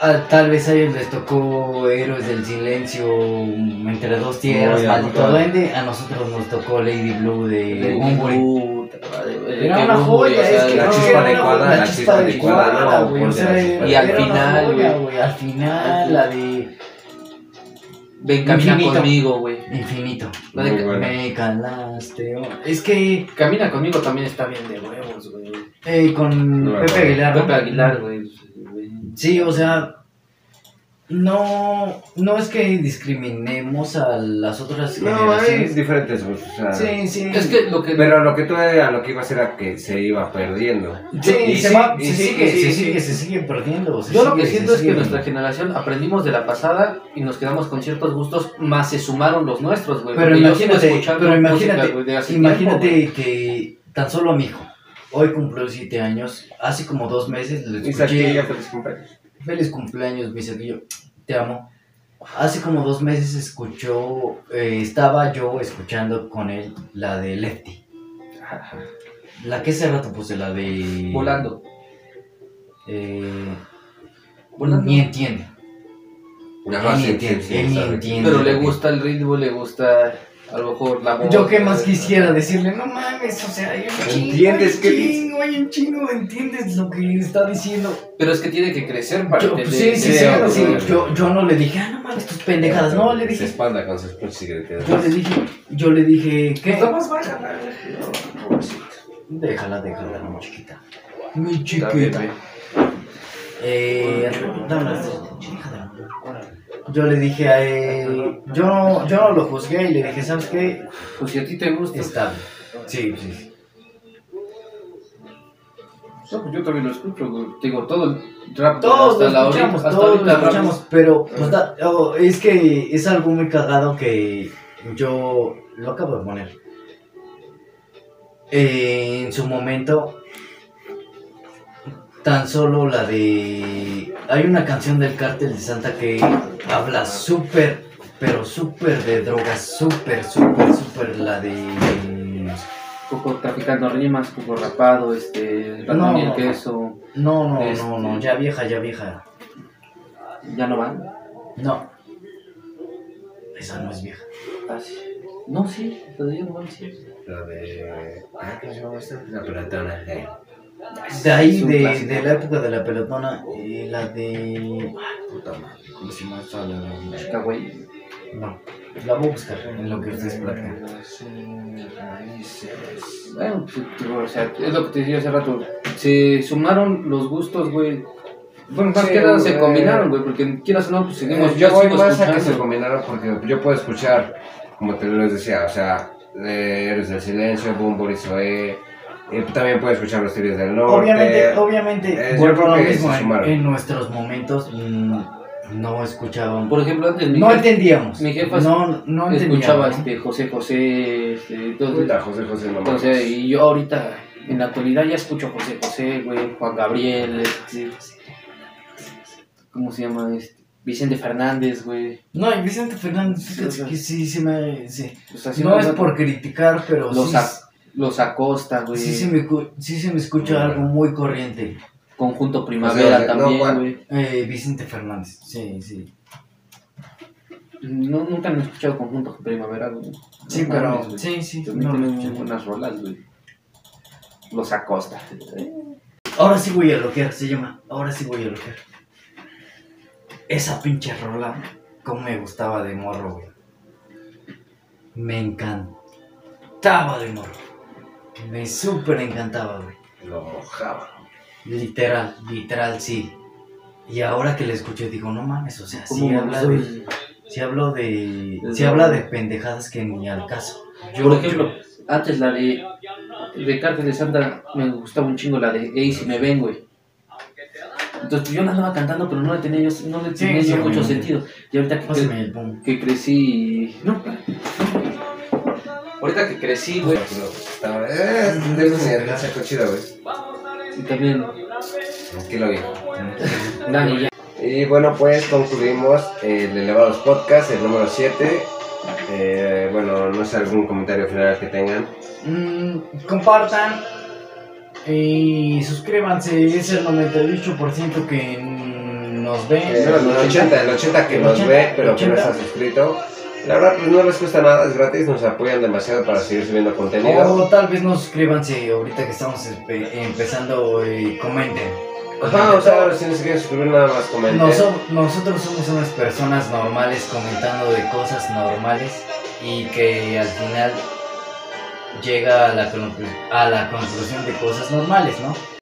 Ah, tal vez a ellos les tocó Héroes del Silencio, Entre dos Tierras,
Muy
Maldito
actual.
Duende, a nosotros nos tocó Lady Blue de Bunbury.
Puta madre, güey,
Era
qué
una
bombo,
joya,
o sea,
es que
la
no,
chispa
era una
adecuada,
joya,
la chispa adecuada, ¿no?
güey,
Ponte
o
la
sea,
chispa
era
adecuada. Y al
una
final,
joya,
güey.
Al final, la de
Ven, camina
Infinito.
conmigo, güey.
Infinito.
La de-
Muy buena.
Me calaste. oh. Es que
Camina conmigo también está bien de huevos, güey.
eh, con
No me
Pepe
acuerdo.
Aguilar. ¿no?
Pepe Aguilar, güey.
Sí, o sea. No, no es que discriminemos a las otras
No, hay
generaciones.
diferentes gustos. o sea,
Sí, sí.
Es que lo que.
Pero lo que tú a lo que ibas era que se iba perdiendo.
Sí,
Y
se,
sí,
va-
y
se
sí,
sigue,
y sí,
se
y
sigue,
sí.
se sigue perdiendo. se
Yo lo
sigue,
que
se
siento es que
sigue.
nuestra generación aprendimos de la pasada y nos quedamos con ciertos gustos, más se sumaron los nuestros, güey.
Pero
porque yo Pues, sigo
imagínate,
escuchando
pero
música,
imagínate,
güey, de hace tiempo,
Imagínate
güey.
que tan solo mi hijo, hoy cumplió 7 años, hace como dos meses le
Y Saquilla,
escuché,
feliz cumpleaños.
feliz cumpleaños, mi Saquillo, te amo. Hace como dos meses escuchó, eh, estaba yo escuchando con él la de Lefty. La que hace rato puse, la de...
Volando.
Eh,
Volando.
Ni entiende.
Ajá,
él ni
sí,
entiende.
sí, sí,
él ni
sabe.
entiende.
Pero le
lo que-
gusta el ritmo, le gusta a lo mejor la voz.
Yo qué más
güey.
quisiera decirle, no mames, o sea, hay un chingo,
¿Entiendes qué
hay un
dice?
chingo, hay un chingo, entiendes lo que está diciendo.
Pero es que tiene que crecer para
Yo, pues,
entender.
sí, sí,
de-
sí,
de-
sí,
de-
yo, yo no le dije, ah, no mames, tus pendejadas, no, le
Se
dije,
espanta con sus pinches griterías.
yo le dije, yo le dije,
Pues
¿qué?
Estamos baja.
Déjala, déjala, mi chiquita. Mi
Está bien,
chiquita.
güey.
Eh, dame una déjala. Yo le dije a él, yo no, yo no lo juzgué y le dije, ¿sabes qué?
Pues si a ti te gusta.
Estable. Sí, sí, sí.
No, pues yo también lo escucho, güey. Te Digo, todo el rap.
Todos
hasta la
lo escuchamos,
hasta
todos lo
ahorita rap
escuchamos, pero pues, da- oh, es que es algo muy cagado que yo lo acabo de poner. Eh, en su momento, tan solo la de... Hay una canción del cártel de Santa que habla súper, pero súper de drogas, súper, súper, súper la de...
Coco traficando rimas, Coco rapado, este.
No.
Ratón y el queso.
No, no,
Este-
no, no, ya vieja, ya vieja.
Ya no van.
No. Esa no es vieja.
Ah, sí. No, sí. Pero ya no van, sí.
La de. Ah, ¿Cómo se llama esta? La pelotona. eh.
De ahí,
Es un
de,
clásico.
de la época de la pelotona, y la de.
Puta madre, ¿cómo se llama esta? La de-
Chica, güey.
No, la voy a buscar en lo que ustedes platican.
Bueno, pues, digo, o sea, es lo que te decía hace rato. Se sumaron los gustos, güey. Bueno, más
Sí,
que nada se
güey.
combinaron, güey, porque quieras o no, pues seguimos.
Eh, yo voy
sigo
más a que se
escuchando.
combinaron porque yo puedo escuchar, como te les decía, o sea, de Héroes del Silencio, Boom Boris Soe, Y también puede escuchar los tigres del norte.
Obviamente, obviamente.
Eh,
vuelvo
yo
a
creo
lo
que
mismo.
se sumaron.
En nuestros momentos mm, no escuchaban.
Por ejemplo, antes mi
No
jefa
entendíamos.
mi jefa
no, no entendíamos.
escuchaba
¿no?
este, José José, este, todo
Puta, José José no mames.
Entonces, y yo ahorita, en la actualidad, ya escucho José José, güey, Juan Gabriel, este, ¿cómo se llama? Este? Vicente Fernández, güey.
No, y Vicente Fernández,
Sí,
fíjate
o sea.
que sí, sí me. sí.
O sea, sí
no
me-
es por criticar, pero
Los,
sí,
a- los Acosta, güey.
sí se me, cu- sí se me escucha algo muy corriente.
Conjunto Primavera
José José, no,
también,
Juan.
güey.
Eh, Vicente Fernández, sí, sí.
No, nunca han escuchado Conjunto Primavera, güey.
Sí,
No mames,
pero.
güey.
Sí, sí.
También
no lo
tienen
escuché.
buenas rolas, güey. Los Acosta. eh,
Ahora sí voy a loquear, se llama. Ahora sí voy a loquear. Esa pinche rola, como me gustaba de morro, güey. Me encantaba de morro. Me súper encantaba, güey.
Lo mojaba.
Literal, literal, sí. Y ahora que la escucho digo, no mames, o sea,
¿Cómo
sí
me
habla de,
gusta, güey?
sí hablo de,
Desde
sí habla
ahora.
de pendejadas que ni al caso.
Por ejemplo, antes la de, de Cártel de Santa me gustaba un chingo la de Ey, si me ven, güey. Entonces pues, yo la andaba cantando, pero no le tenía yo, no le
Sí,
tenía
sí,
yo mucho
obviamente.
sentido. Y ahorita que,
Pásame el boom.
que crecí. y- No, ahorita que crecí, güey.
Estaba- Eh, de eso se me sacó chido, güey.
Y también
Aquí lo vi.
Dani ya.
Y bueno, pues concluimos el Elevados Podcast, el número 7. Eh, bueno, no sé algún comentario final que tengan.
Mm, compartan y suscríbanse. Es el 98% que nos ve.
Eh, no, el 80, el 80 que nos ve, pero que no está suscrito. La verdad, pues no les cuesta nada, es gratis, nos apoyan demasiado para seguir subiendo contenido.
O tal vez no suscríbanse ahorita que estamos empe- empezando y comenten.
Ajá, o sea, si no se quieren suscribir, nada más Pues comenten.
Noso- nosotros somos unas personas normales comentando de cosas normales y que al final llega a la, conclu- a la conclusión de cosas normales, ¿no?